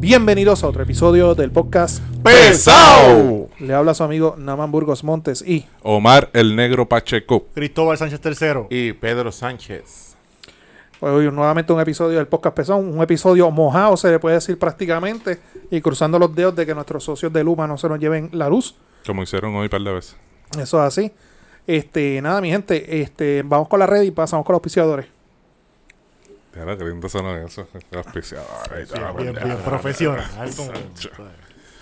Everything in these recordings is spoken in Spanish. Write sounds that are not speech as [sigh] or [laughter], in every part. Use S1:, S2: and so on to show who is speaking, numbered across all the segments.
S1: Bienvenidos a otro episodio del podcast.
S2: ¡Pesao!
S1: Le habla su amigo Naman Burgos Montes y
S2: Omar el Negro Pacheco.
S3: Cristóbal Sánchez III.
S2: Y Pedro Sánchez.
S1: hoy nuevamente un episodio del podcast pesado, un episodio mojado se le puede decir prácticamente y cruzando los dedos de que nuestros socios de Luma no se nos lleven la luz.
S2: Como hicieron hoy un par de veces.
S1: Eso es así. Este, nada, mi gente, este, vamos con la red y pasamos con los auspiciadores.
S2: Era que lindo sonó eso. Auspiciado. Ay,
S3: Sí,
S2: ya,
S3: bien,
S2: ya.
S3: bien profesional. como-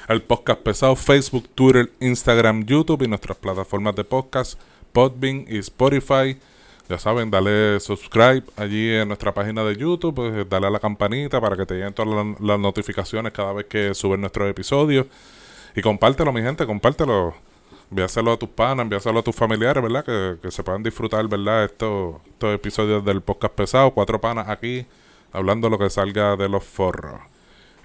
S2: El podcast pesado, Facebook, Twitter, Instagram, YouTube y nuestras plataformas de podcast, Podbean y Spotify. Ya saben, dale subscribe allí en nuestra página de YouTube, pues, dale a la campanita para que te lleguen todas las, las notificaciones cada vez que suben nuestros episodios. Y compártelo, mi gente, compártelo. Envíaselo a tus panas, envíaselo a tus familiares, ¿verdad? Que, que se puedan disfrutar, ¿verdad? Estos, estos episodios del podcast pesado, cuatro panas aquí, hablando lo que salga de los forros.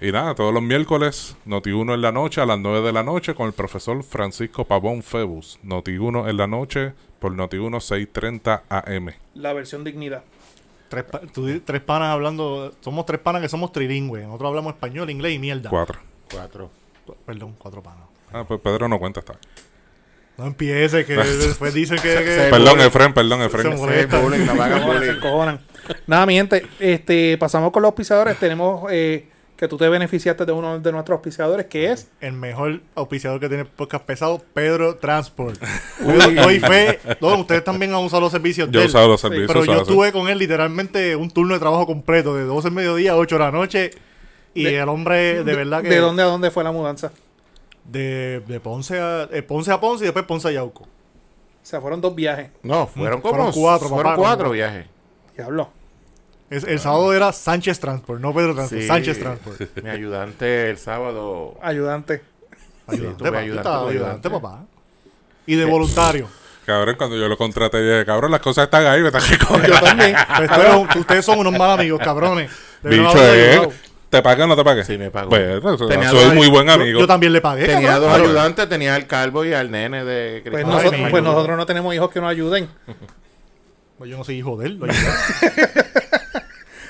S2: Y nada, todos los miércoles, Noti1 en la noche, a las 9 de la noche, con el profesor Francisco Pavón Febus. Noti1 en la noche, por Noti1 630 AM.
S1: La versión dignidad.
S3: Tres, pa- tú di- tres panas hablando. Somos tres panas que somos trilingües. Nosotros hablamos español, inglés y mierda.
S2: 4.
S4: Cuatro.
S3: Cu- Perdón, cuatro panas.
S2: Ah, pues Pedro no cuenta esta. vez.
S3: No empieces,
S2: [laughs]
S3: que después dicen que. que-
S2: Perdón, Efren, perdón,
S3: Eh, pues, se
S2: Efren.
S3: murió.
S4: Eh, bullying, no me [laughs] hagas
S1: Cojonan,
S4: bullying.
S1: se cojonan. [laughs] Nada, mi gente, este, pasamos con los auspiciadores. Tenemos eh, que tú te beneficiaste de uno de nuestros auspiciadores, que es
S3: el mejor auspiciador que tiene el podcast pesado,
S2: [laughs]
S3: Pedro Transport. Doy- Doy fe. Todos ustedes también han usado los servicios
S2: Yo
S3: de
S2: he
S3: él.
S2: usado los
S1: Sí,
S2: servicios.
S3: Pero yo
S2: ¿sabes?
S3: tuve con él literalmente un turno de trabajo completo, de 12 al mediodía a 8 de la noche. Y
S1: De-
S3: el hombre, de verdad que.
S1: de dónde a dónde fue la mudanza.
S3: De, de Ponce, a, de Ponce a Ponce y después Ponce a Yauco.
S1: O sea, fueron dos viajes.
S4: No, fueron como
S3: Fueron cuatro,
S4: fueron
S3: papá,
S4: cuatro
S3: como-
S4: viajes.
S1: Diablo.
S3: Es- el sábado era Sánchez Transport, no Pedro Transport,
S4: Sí.
S3: Sánchez Transport.
S4: Mi ayudante el sábado.
S1: Ayudante.
S3: Ayudante,
S4: tuve
S3: papá,
S4: ayudante,
S3: estaba
S4: tuve
S3: ayudante,
S4: ayudante.
S3: papá. Y de voluntario.
S2: Cabrón, cuando yo lo contraté, yo dije, cabrón, las cosas están ahí, ¿verdad? ¿Qué coño?
S3: Yo también. Pero Pues ustedes son- ustedes son unos mal amigos, cabrones. Debieron
S2: Bicho,
S3: haberlo
S2: ¿eh?
S3: ayudado.
S2: ¿Te pagan o no te pagan?
S4: Sí, me pagó.
S2: Pues, o sea,
S4: Tenía
S2: soy
S4: dos-
S2: muy buen
S3: Yo-
S2: amigo.
S3: Yo, también le pagué. [laughs]
S4: Tenía
S3: cabrón.
S4: dos ayudantes, tenía al calvo y al nene de
S1: Pues,
S4: Cristóbal.
S1: nosotros,
S3: mi
S1: pues
S3: ayuda.
S1: nosotros no tenemos hijos que nos ayuden.
S3: No, Pues Yo no soy hijo de él. lo ayudé.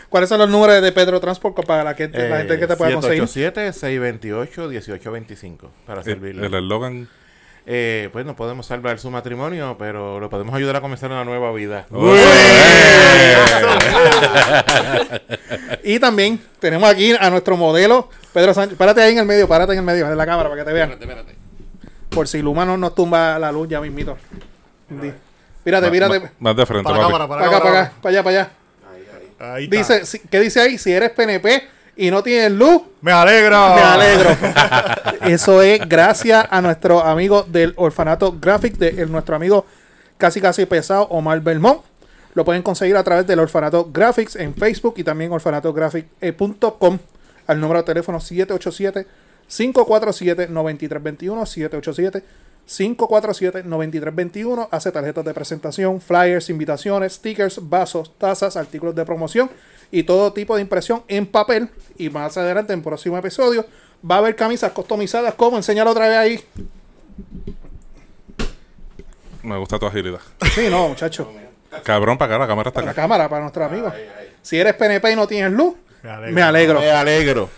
S1: ¿Cuáles son los números de Pedro Transport para la, que,
S4: Eh,
S1: la gente que te pueda conseguir?
S4: 787-628-1825 para
S2: El
S4: servirle.
S2: el eslogan.
S4: Eh, pues no podemos salvar su matrimonio, pero lo podemos ayudar a comenzar una nueva vida.
S2: Oh.
S1: Y también tenemos aquí a nuestro modelo, Pedro Sánchez. Párate ahí en el medio, párate en el medio de la cámara para que te vean. Por si Luma no nos tumba la luz ya mismito. Di- Mírate, mírate.
S2: Más- Más de frente,
S3: Para
S2: papi.
S3: cámara, para
S1: Para acá, para
S3: cámara.
S1: acá, para allá, para allá.
S3: Ahí está.
S1: Dice, si- ¿Qué dice ahí? Si eres PNP y no tienes luz,
S3: Me alegra.
S1: Me alegro. [laughs] Eso es gracias a nuestro amigo del Orfanato Graphic, de el- nuestro amigo casi casi pesado, Omar Belmont. Lo pueden conseguir a través del Orfanato Graphics en Facebook y también orfanatographic.com al número de teléfono 787-547-9321, 787-547-9321. Hace tarjetas de presentación, flyers, invitaciones, stickers, vasos, tazas, artículos de promoción y todo tipo de impresión en papel. Y más adelante, en próximo episodio, va a haber camisas customizadas. ¿Cómo? Enseñar otra vez ahí.
S2: Me gusta tu agilidad.
S1: Sí, no,
S3: [laughs]
S1: muchachos.
S2: Cabrón, para acá, la cámara está
S1: La
S2: acá.
S1: cámara para nuestros amigos. Si eres PNP y no tienes luz,
S3: Me alegro.
S1: me alegro.
S4: Me alegro.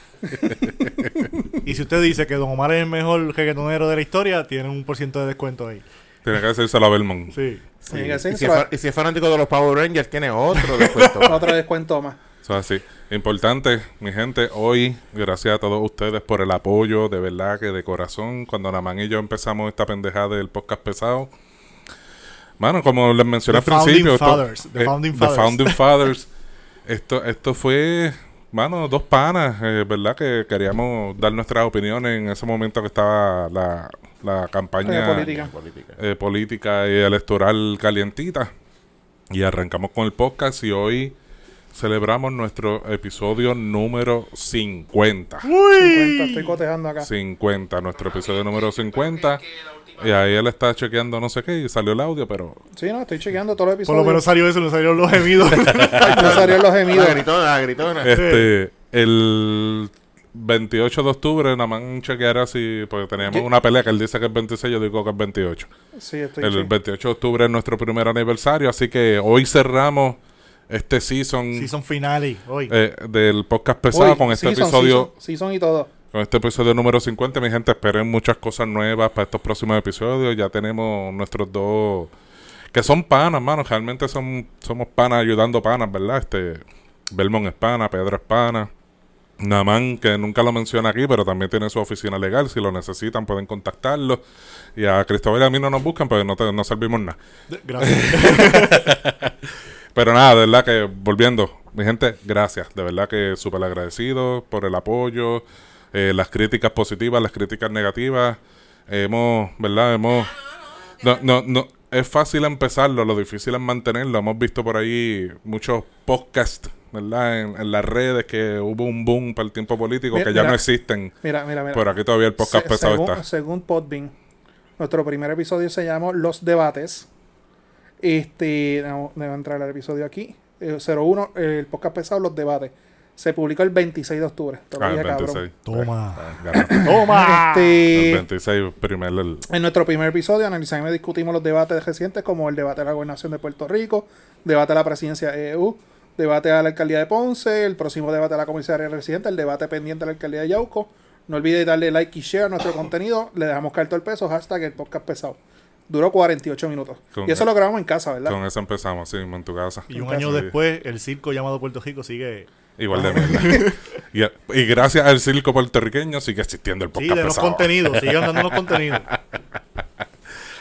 S3: Y si usted dice que Don Omar es el mejor reggaetonero de la historia, tiene un por ciento de descuento ahí.
S2: Tiene que decírselo a Belmont.
S3: Sí.
S1: Tiene que ser,
S4: Y si,
S1: se
S4: es
S1: va-
S4: fa- y si es fanático de los Power Rangers, tiene
S2: [laughs]
S4: otro descuento.
S1: Otro descuento más. eh,
S2: Eso es así. Importante, mi gente, hoy, gracias a todos ustedes por el apoyo, de verdad que de corazón, cuando Namán y yo empezamos esta pendejada del podcast pesado. Mano, como les mencioné
S3: The
S2: al principio,
S3: Founding
S2: esto- eh,
S3: Fathers, The Founding Fathers. [laughs]
S2: Founding Fathers, esto, esto fue, mano, dos panas, eh, ¿verdad? Que queríamos dar nuestras opiniones en ese momento que estaba la, la campaña
S1: Eh, política.
S4: [laughs] Política.
S2: eh, política y electoral calientita. Y arrancamos con el podcast y hoy celebramos nuestro episodio número 50.
S1: Uh. 50, estoy cotejando acá.
S2: 50, nuestro episodio número 50. Y ahí él está chequeando no sé qué y salió el audio, pero
S1: Sí, no, estoy chequeando todos los
S3: Por
S1: episodios.
S3: lo menos salió eso, no salieron los gemidos.
S1: no salieron los gemidos.
S4: La gritona, la gritona.
S2: este el 28 de octubre nada más chequeará si porque pues teníamos una pelea que él dice que es 26, yo digo que es 28.
S1: Sí, estoy
S2: El
S1: sí.
S2: 28 de octubre es nuestro primer aniversario, así que hoy cerramos este season,
S3: Sí, son finales hoy.
S2: eh, del podcast pesado
S1: Uy,
S2: con este
S1: season,
S2: episodio.
S1: Season, season y todo.
S2: Con este episodio número 50, mi gente, esperen muchas cosas nuevas para estos próximos episodios. Ya tenemos nuestros dos, que son panas, mano. Realmente son, somos panas ayudando panas, ¿verdad? Este, Belmont es pana, Pedro es pana. Namán, que nunca lo menciona aquí, pero también tiene su oficina legal. Si lo necesitan, pueden contactarlo. Y a Cristóbal y a mí no nos buscan, pero no, te- no servimos nada.
S3: Gracias.
S2: Pero nada, de verdad que volviendo, mi gente, gracias. De verdad que súper agradecido por el apoyo, eh, las críticas positivas, las críticas negativas. Hemos, ¿verdad? Hemos. No, no, no. Es fácil empezarlo, lo difícil es mantenerlo. Hemos visto por ahí muchos podcasts, ¿verdad? En, en las redes que hubo un boom para el tiempo político
S1: Mira,
S2: que ya
S1: mira.
S2: no existen.
S1: Mira, mira, mira.
S2: Por aquí todavía el podcast
S1: Se-
S2: pesado
S1: según,
S2: está.
S1: Según Podbean, nuestro primer episodio se llamó Los Debates. Este, no, me va a entrar el episodio aquí. Eh, 01, el podcast pesado, Los Debates. Se publicó el 26 de octubre. Te lo
S2: Ah, el
S1: dije, cabrón.
S2: 26.
S3: Toma.
S2: Ah, garrafa.
S3: Toma.
S1: Este,
S2: El 26, primero el.
S1: en nuestro primer episodio analizamos y discutimos los debates recientes como el debate de la gobernación de Puerto Rico, debate a la presidencia de EU, debate a la alcaldía de Ponce, el próximo debate a la comisaría residente, el debate pendiente a la alcaldía de Yauco. No olvides darle like y share a nuestro
S4: [coughs]
S1: contenido. Le dejamos caer todo el peso, hashtag el podcast pesado. Duró 48 minutos.
S2: Con-
S1: y eso lo grabamos en casa, ¿verdad?
S2: Con eso empezamos, sí, en tu casa.
S3: Y un año
S2: Sí.
S3: después, el circo llamado Puerto Rico sigue.
S2: Igual
S3: Ah.
S2: de mierda. y,
S3: [laughs]
S2: y gracias al circo puertorriqueño sigue existiendo el
S3: Sí,
S2: podcast
S3: de los
S2: pesado. [laughs]
S3: contenidos. Siguen dándonos contenidos.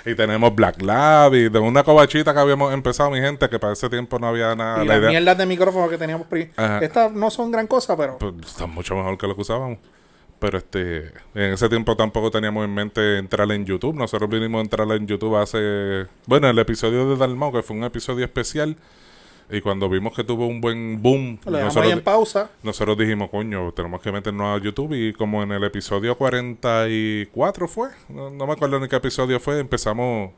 S2: Y tenemos Black Lab y de una cobachita que habíamos empezado, mi gente, que para ese tiempo no había nada.
S1: y
S2: La
S1: las
S2: idea,
S1: mierdas de micrófono que teníamos. pri-
S2: Ajá.
S1: Estas no son gran cosa, pero
S2: pues, está mucho mejor que lo que usábamos. Pero este, en ese tiempo tampoco teníamos en mente entrar en YouTube. Nosotros vinimos a entrar en YouTube hace, bueno, el episodio de Dalmau, que fue un episodio especial. Y cuando vimos que tuvo un buen boom,
S1: lo dejamos ahí en pausa.
S2: Nosotros dijimos, coño, tenemos que meternos a YouTube y como en el episodio 44 fue, no, no me acuerdo ni qué episodio fue, empezamos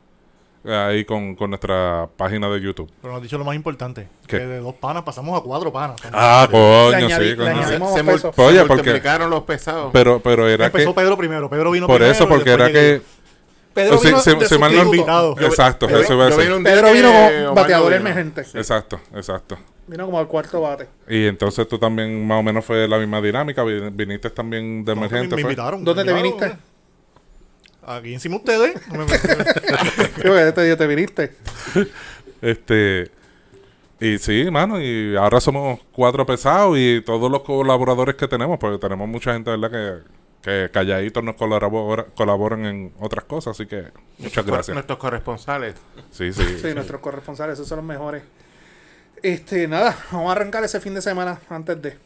S2: ahí con, con nuestra página de YouTube.
S3: Pero nos has dicho lo más importante:
S2: ¿Qué?
S3: que de dos panas pasamos a cuatro panas.
S2: Ah,
S1: Le
S2: coño,
S1: añadí-
S2: sí,
S1: le
S2: coño, sí.
S1: añadimos
S4: se,
S1: pesos.
S4: mul- se
S2: Oye, porque-
S4: multiplicaron los pesados.
S2: Pero, pero era que...
S3: Empezó Pedro primero. Pedro vino
S2: Por
S3: primero.
S2: eso,
S3: y
S2: porque
S3: después
S2: era
S3: llegué
S2: que...
S1: Pedro
S2: Sí,
S1: vino
S2: se-
S1: de
S2: se me han
S1: sustituto.
S3: invitado.
S4: Yo-
S2: Exacto,
S4: yo-
S2: eso iba a
S4: yo
S2: decir.
S4: vino un día
S1: Pedro vino
S4: que
S1: como
S4: Omar
S1: bateador
S4: no vino.
S1: emergente.
S2: Exacto, exacto.
S1: Vino como al cuarto bate.
S2: Y entonces tú tamén más o menos fue la misma dinámica, vi- viniste también de
S3: No, me-
S2: emergente.
S3: me
S2: fue.
S3: invitaron.
S1: ¿Dónde
S3: me
S1: te
S3: invitaron,
S1: viniste?
S3: eh. Aquí encima ustedes. No me- [laughs]
S1: Creo que este día te viniste.
S2: Este. Y sí, mano, y ahora somos cuatro pesados y todos los colaboradores que tenemos, porque tenemos mucha gente, ¿verdad? Que, que calladitos nos colabora- colaboran en otras cosas, así que muchas
S4: Cor-
S2: gracias.
S4: Pues, Nuestros corresponsales.
S2: Sí, sí.
S1: Sí, nuestros corresponsales, esos son los mejores. Este, nada, vamos a arrancar ese fin de semana antes de.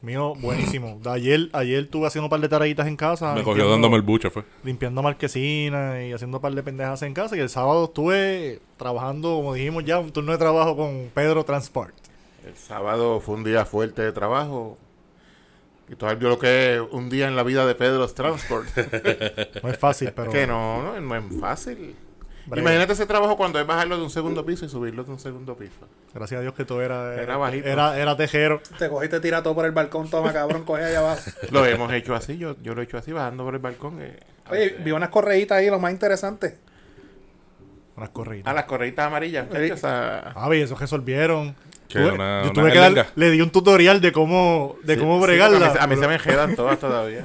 S3: Mío, buenísimo. De ayer, ayer estuve haciendo un par de tareitas en casa.
S2: Me cogió
S3: limpiando-
S2: dándome el buche, fue.
S3: Limpiando marquesinas y haciendo un par de pendejas en casa. Y el sábado estuve trabajando, como dijimos ya, un turno de trabajo con Pedro Transport.
S4: El sábado fue un día fuerte de trabajo. Y todavía vio lo que es un día en la vida de Pedro [laughs] Transport.
S3: No es fácil, pero.
S4: [laughs] que no, no, no es fácil.
S3: breve.
S4: Imagínate ese trabajo cuando es bajarlo de un segundo piso y subirlo de un segundo piso.
S3: Gracias a Dios que todo era.
S4: Era bajito.
S3: Era, era tejero.
S1: Te cogiste tira todo por el balcón, toma cabrón, coge allá
S2: [laughs]
S1: abajo.
S4: Lo hemos hecho así, yo, yo lo he hecho así, bajando por el balcón. eh,
S2: Ah,
S4: a
S1: Oye,
S4: veces.
S1: vi unas correitas ahí, lo más interesante.
S3: Unas
S4: Ah,
S3: correitas.
S4: las correitas amarillas.
S1: Ey.
S4: muchachos, esa-
S3: Ah, y eso resolvieron.
S2: Que
S3: Tuve-
S2: una-
S3: yo
S2: una
S3: tuve que dar-
S2: gringa.
S3: le di un tutorial de cómo, de cómo
S4: Sí,
S3: bregarla.
S4: porque a mí se- a mí,
S3: pero-
S4: se me enredan todas [laughs] todavía.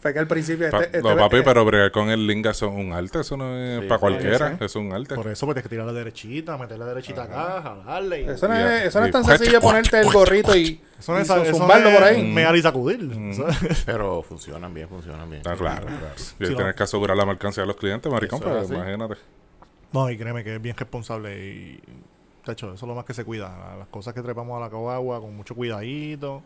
S1: Fue que al principio.
S2: Pa-
S1: Este, este-
S2: no, papi,
S1: eh,
S2: pero bregar con el linga eso es un arte, eso no es
S4: Sí,
S2: para
S4: sí,
S2: cualquiera,
S1: sí.
S2: es un arte.
S3: Por eso, pues tienes que tirar la derechita, meter la derechita acá, jalarle. y-
S1: eh, Eso no, es,
S2: Ya,
S1: eso no es
S2: y-
S1: tan sencillo ponerse el gorrito y,
S3: Eso no
S1: y
S3: es, eso
S1: zumbarlo
S3: no es
S1: por ahí.
S3: mear y sacudir.
S2: Mm.
S3: Eso-
S4: Pero funcionan bien, funcionan bien.
S2: Ah, claro, claro. Y
S3: Sí,
S2: tienes que asegurar la mercancía de los clientes, maricón,
S4: Eso es
S2: pero
S4: así.
S2: imagínate.
S3: No, y créeme que es bien responsable y... De hecho, eso es lo más que se cuida. Las cosas que trepamos a la cobagua con mucho cuidadito.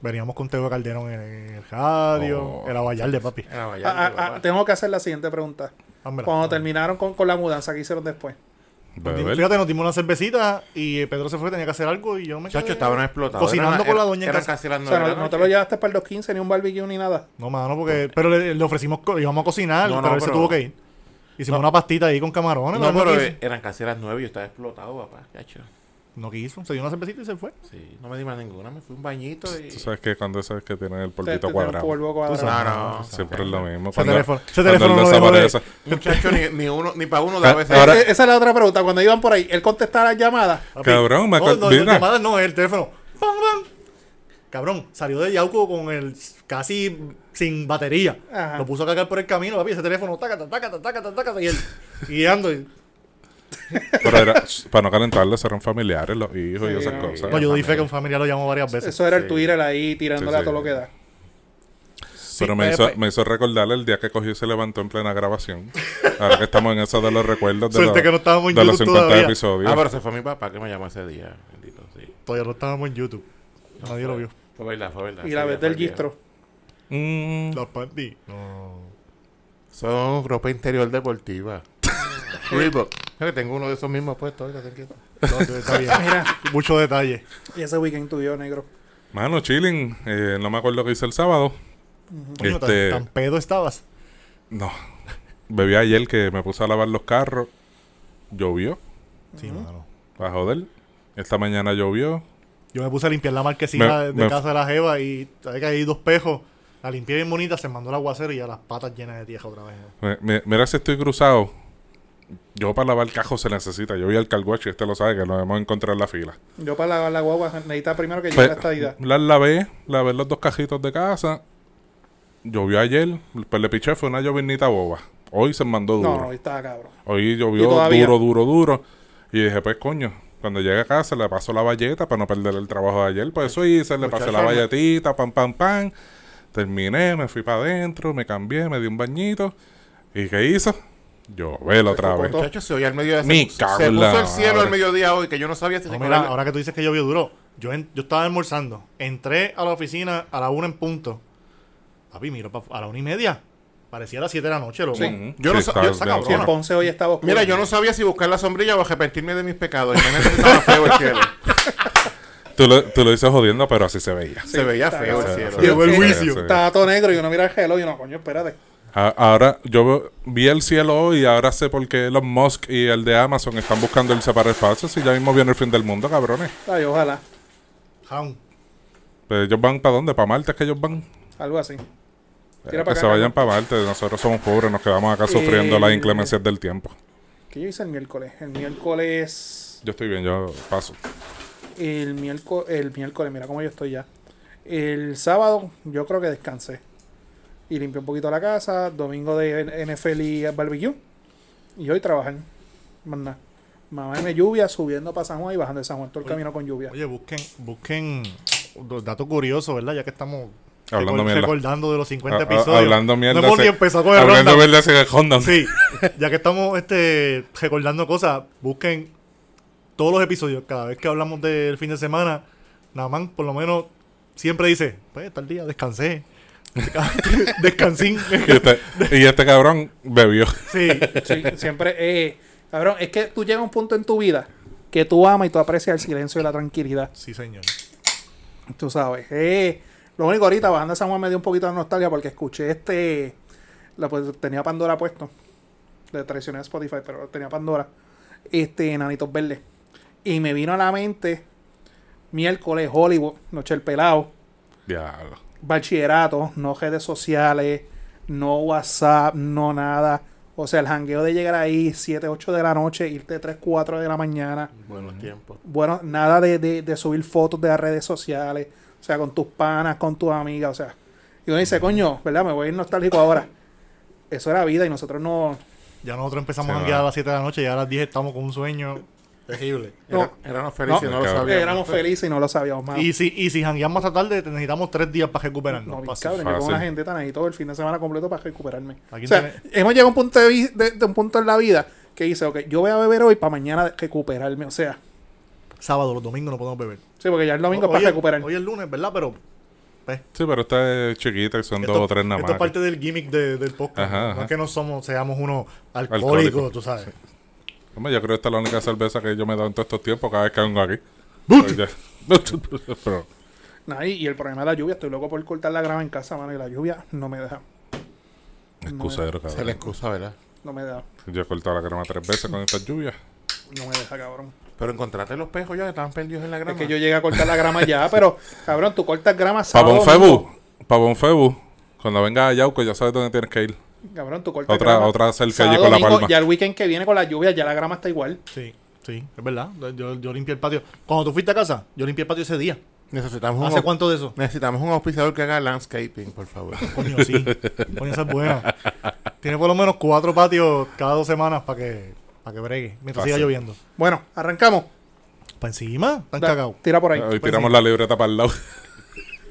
S3: Veníamos con Teo Calderón en el radio.
S2: Oh.
S3: Era Vallarde, papi. Ah,
S4: Era
S1: Ah,
S4: Vallarta,
S1: ah, ah,
S4: papá.
S1: tengo que hacer la siguiente pregunta.
S3: Ámbela.
S1: Cuando terminaron con, con la mudanza que hicieron después.
S3: Nos dimos-
S2: Beber.
S3: Fíjate, nos dimos una cervecita y Pedro se fue, tenía que hacer algo y yo me
S4: Chacho,
S3: quedé-
S4: estaban explotados.
S3: Cocinando con la doña en
S4: Eran
S3: casa.
S4: casi las
S1: O
S4: nueve
S1: sea, no,
S4: de la
S1: no
S4: noche.
S1: te lo llevaste para el 215, ni un barbecue, ni nada.
S3: No, mano, porque... Pero le, le ofrecimos... co- Íbamos a cocinar,
S4: No, no,
S3: pero él se
S4: pero-
S3: tuvo que ir. Hicimos una pastita ahí con camarones.
S4: No,
S3: pero él no
S4: pero
S3: quiso.
S4: eh, eran casi las nueve y yo estaba explotado, papá. Chacho.
S3: No quiso, se dio una cervecita y se fue.
S4: Sí, no me di más ninguna, me fui un bañito y...
S2: Tú sabes que cuando sabes que tienen
S1: Te-
S2: el
S1: te
S2: polvito
S1: tiene
S2: cuadrado.
S1: un polvo
S3: Tú
S1: cuadrado.
S3: sabes.
S4: No, no.
S2: Siempre es lo mismo.
S3: Ese teléfono, ese
S2: cuando
S3: teléfono
S2: él
S3: no dejó de-
S2: desaparece.
S4: Muchacho, ni, ni uno, ni para uno de a veces.
S2: Ahora-
S1: Eh, Esa es la otra pregunta. Cuando iban por ahí, él contestaba las llamadas.
S3: Papi,
S2: Cabrón, me
S3: no,
S2: acuer-
S3: no,
S2: mira.
S3: no, llamada no, el teléfono. Pam, pam. Cabrón, salió de Yauco con el casi sin batería.
S1: Ajá.
S3: Lo puso a cargar por el camino, papi, ese teléfono, tacata, tacata, tacata, tacata,
S1: [laughs]
S3: y él guiando. y-
S2: Pero era, para no calentarle, eran familiares, los hijos y
S1: Sí,
S2: esas
S1: no.
S2: cosas.
S3: No, yo doy fe que un familiar lo llamó varias veces.
S1: Eso era el
S4: Sí.
S1: Twitter ahí tirándole
S2: Sí,
S1: a todo
S2: sí.
S1: lo que da.
S2: Pero me hizo, me hizo recordar el día que cogió y se levantó en plena grabación. Ahora que estamos en eso de los recuerdos de,
S3: Suerte
S2: los-
S3: que no estábamos en
S2: de los
S3: YouTube
S2: 50
S3: todavía.
S2: episodios.
S4: Ah, pero se fue mi papá que me llamó ese día. Bendito, sí.
S3: Todavía no estábamos en YouTube. Nadie lo
S1: [laughs]
S3: vio.
S4: Fue verdad, fue verdad.
S1: Y la
S4: Sí,
S1: vez
S4: fue
S1: del
S4: el día.
S1: gistro.
S2: Mm,
S3: Los panty. No.
S4: Son ropa interior
S3: [laughs]
S4: deportiva. Reebok. Creo que tengo uno de esos mismos puestos. ahorita, ten quieto.
S3: No, está bien.
S1: [laughs] Mira,
S3: Mucho detalle.
S1: y ese weekend tuyo, negro.
S2: Mano, chilling. Eh, no me acuerdo qué hice el sábado.
S3: Coño, tan-
S2: Este-
S3: tan, pedo estabas.
S2: No. Bebí ayer que me puse a lavar los carros. Llovió.
S3: Sí, mano.
S2: A joder. Esta mañana llovió.
S3: Yo me puse a limpiar la marquesina
S2: Me-
S3: de
S2: me-
S3: casa de la Jeva y sabes que hay dos pejos. La limpié bien bonita, se mandó el aguacero y ya las patas llenas de tierra otra vez.
S2: Me- me- Mira si estoy cruzado. Yo para lavar cajos se necesita. Yo vi al carguacho y este lo sabe que nos hemos encontrado en la fila.
S1: Yo para lavar la guagua necesita primero que llegue
S2: Pues,
S1: la estadidad.
S2: Las lavé, lavé los dos cajitos de casa. Llovió ayer, pues le piché, fue una llovinita boba. Hoy se mandó duro.
S1: No, no, ahí estaba cabrón.
S2: Hoy
S1: ¿Y
S2: llovió
S1: todavía?
S2: duro, duro, duro. Y dije, pues coño, cuando llegue a casa le paso la valleta para no perder el trabajo de ayer. Pues eso hice, le pasé la
S4: Muchacho,
S2: valletita, pam, pam, pam. Terminé, me fui para adentro, me cambié, me di un bañito. ¿Y qué hizo? Llover otra vez.
S1: Oh.
S4: Muchachos, se oía al mediodía.
S2: Mi
S4: Se, se
S2: cago en la
S4: puso el cielo
S2: madre.
S4: al mediodía hoy que yo no sabía si
S3: No,
S4: se
S3: mira, ahora que tú dices que llovió duro, yo, en- yo estaba almorzando. Entré a la oficina a la una en punto. Papi, miro pa- a la una y media. Parecía a las siete de la noche, loco.
S2: Sí.
S4: Yo no
S2: Sí,
S4: sa-
S2: está
S4: yo esa
S2: bien
S1: Si el
S2: oscuro.
S4: cabrona.
S1: Ponce hoy estaba oscuro.
S4: Mira, yo no sabía si buscar la sombrilla o arrepentirme de mis pecados. Y me estaba feo
S1: [laughs]
S4: el cielo.
S2: Tú lo, tú lo dices jodiendo, pero así se veía.
S4: Se veía
S1: está
S4: feo el
S1: bien.
S4: cielo.
S3: Llegó el
S1: Sí,
S3: juicio.
S2: sí.
S1: Estaba todo negro y uno mira el gelo y uno, coño, espérate.
S2: A- Ahora yo veo- vi el cielo hoy y ahora sé por qué Elon Musk y el de Amazon están buscando irse para el espacio. Si ya mismo viene el fin del mundo, cabrones.
S1: Ay, ojalá.
S3: Jaun.
S2: Pero ellos van para dónde? ¿Para Marte? ¿Es que ellos van?
S1: Algo así.
S2: Eh,
S1: Tira pa'
S2: que
S1: acá,
S2: se vayan para Marte. Nosotros somos pobres, nos quedamos acá sufriendo
S1: Eh,
S2: las inclemencias del tiempo.
S1: ¿Qué yo hice el miércoles? El miércoles.
S2: Yo estoy bien, yo paso.
S1: El miércoles. El miércoles, mira cómo yo estoy ya. El sábado, yo creo que descansé. Y limpié un poquito la casa. Domingo de NFL y barbecue. Y hoy trabajar. Más nada. Mamá me lluvia, subiendo para San Juan y bajando de San Juan todo el
S3: Oye.
S1: camino con lluvia.
S3: Oye, busquen, busquen los datos curiosos, ¿verdad? Ya que estamos
S2: Hablando
S3: recor-
S2: mierda.
S3: recordando de los 50
S2: A- a-
S3: episodios.
S2: Ah, hablando mierda.
S3: No hemos
S2: se-
S3: ni empezado con el
S2: hablando
S3: rundown.
S2: mierda se Honda.
S3: Sí, ya que estamos este, recordando cosas, busquen todos los episodios. Cada vez que hablamos del fin de semana, Namán por lo menos siempre dice, pues tal día descansé. [laughs]
S2: [laughs]
S3: Descansín.
S2: [laughs] Y, este, y este cabrón bebió. [laughs]
S3: Sí.
S1: Sí, siempre. Eh, cabrón, es que tú llegas a un punto en tu vida que tú amas y tú aprecias el silencio y la tranquilidad.
S3: Sí, señor.
S1: Tú sabes. Eh, lo único ahorita, bajando a San Juan me dio un poquito de nostalgia porque escuché este. La, pues, tenía Pandora puesto. Le traicioné a Spotify, pero tenía Pandora. Este, Nanitos Verdes. Y me vino a la mente miércoles, Hollywood, Noche del Pelado,
S2: Diablo.
S1: bachillerato, no redes sociales, no WhatsApp, no nada. O sea, el jangueo de llegar ahí 7, 8 de la noche, irte 3, 4 de la mañana
S4: Buenos tiempos.
S1: bueno, nada de, de- de subir fotos de las redes sociales, o sea, con tus panas, con tus amigas, o sea. Y uno dice, coño, ¿verdad? Me voy a ir nostálgico ahora. Eso era vida y nosotros no...
S3: Ya nosotros empezamos
S2: Se
S3: a
S2: va.
S3: janguear a las 7 de la noche y a las 10 estamos con un sueño terrible.
S1: No.
S4: Era- Éramos felices
S1: No,
S4: y no lo
S2: cabrón.
S4: sabíamos.
S1: Éramos felices y no lo sabíamos más.
S3: Y si, y si jangueamos hasta tarde, te necesitamos 3 días para recuperarnos.
S1: No, bien
S3: Fácil.
S1: cabrón, yo con
S2: fácil.
S1: una gente tan ahí todo el fin de semana completo para recuperarme.
S3: ¿A
S1: O
S3: quién
S1: sea, hemos llegado a un punto de, vi- de- de un punto en la vida que dice, ok, yo voy a beber hoy para mañana recuperarme, o sea.
S3: Sábado, los domingos no podemos beber.
S1: Sí, porque ya el domingo es
S3: Hoy
S1: para
S3: es-
S1: recuperarme.
S3: Hoy es lunes, ¿verdad? Pero
S2: Sí, pero esta es chiquita y son
S3: Esto-
S2: dos o tres nada
S3: Esto es
S2: más.
S3: parte del gimmick de- del podcast.
S2: Ajá,
S3: No
S2: ajá.
S3: es que no somos, seamos unos alcohólicos,
S2: Alcohólicos,
S3: tú sabes.
S2: Hombre, yo creo que esta es la única cerveza que yo me he dado en todos estos tiempos cada vez que vengo aquí. Pues [laughs] Pero,
S1: Nah, y, y el problema de la lluvia, estoy loco por cortar la grama en casa, mano, y la lluvia no me deja,
S2: excusero,
S4: Se le
S2: cabrón.
S4: excusa, ¿verdad?
S1: no me deja,
S2: Yo he cortado la crema tres veces con estas lluvias.
S1: no me deja, cabrón.
S4: Pero encontraste los pejos ya que estaban perdidos en la grama.
S1: Es que yo llegué a cortar la grama ya, pero cabrón, tú cortas
S2: [laughs]
S1: grama sábado.
S2: Pavón
S1: domingo.
S2: Febu. Pavón Febu. Cuando venga a Yauco ya sabes dónde tienes que ir.
S1: Cabrón, tú cortas
S2: Otra,
S1: grama.
S2: otra selfie allí
S1: sábado,
S2: con la
S1: domingo,
S2: palma.
S1: Ya el weekend que viene con la lluvia, ya la grama está igual.
S3: Sí, sí, es verdad. Yo, yo limpié el patio. Cuando tú fuiste a casa, yo limpié el patio ese día.
S4: Necesitamos un,
S3: ¿Hace
S4: au-
S3: cuánto de eso?
S4: necesitamos un auspiciador que haga landscaping, por [laughs] favor.
S3: Coño,
S2: [laughs]
S3: sí. Coño, esa es buena. Tiene por lo menos cuatro patios cada dos semanas para que, para que bregue. Mientras
S2: Fácil.
S3: siga lloviendo.
S1: Bueno, arrancamos.
S3: Para encima, están
S1: Da-
S3: cagados.
S1: Tira por ahí.
S2: Hoy tiramos la libreta para el lado.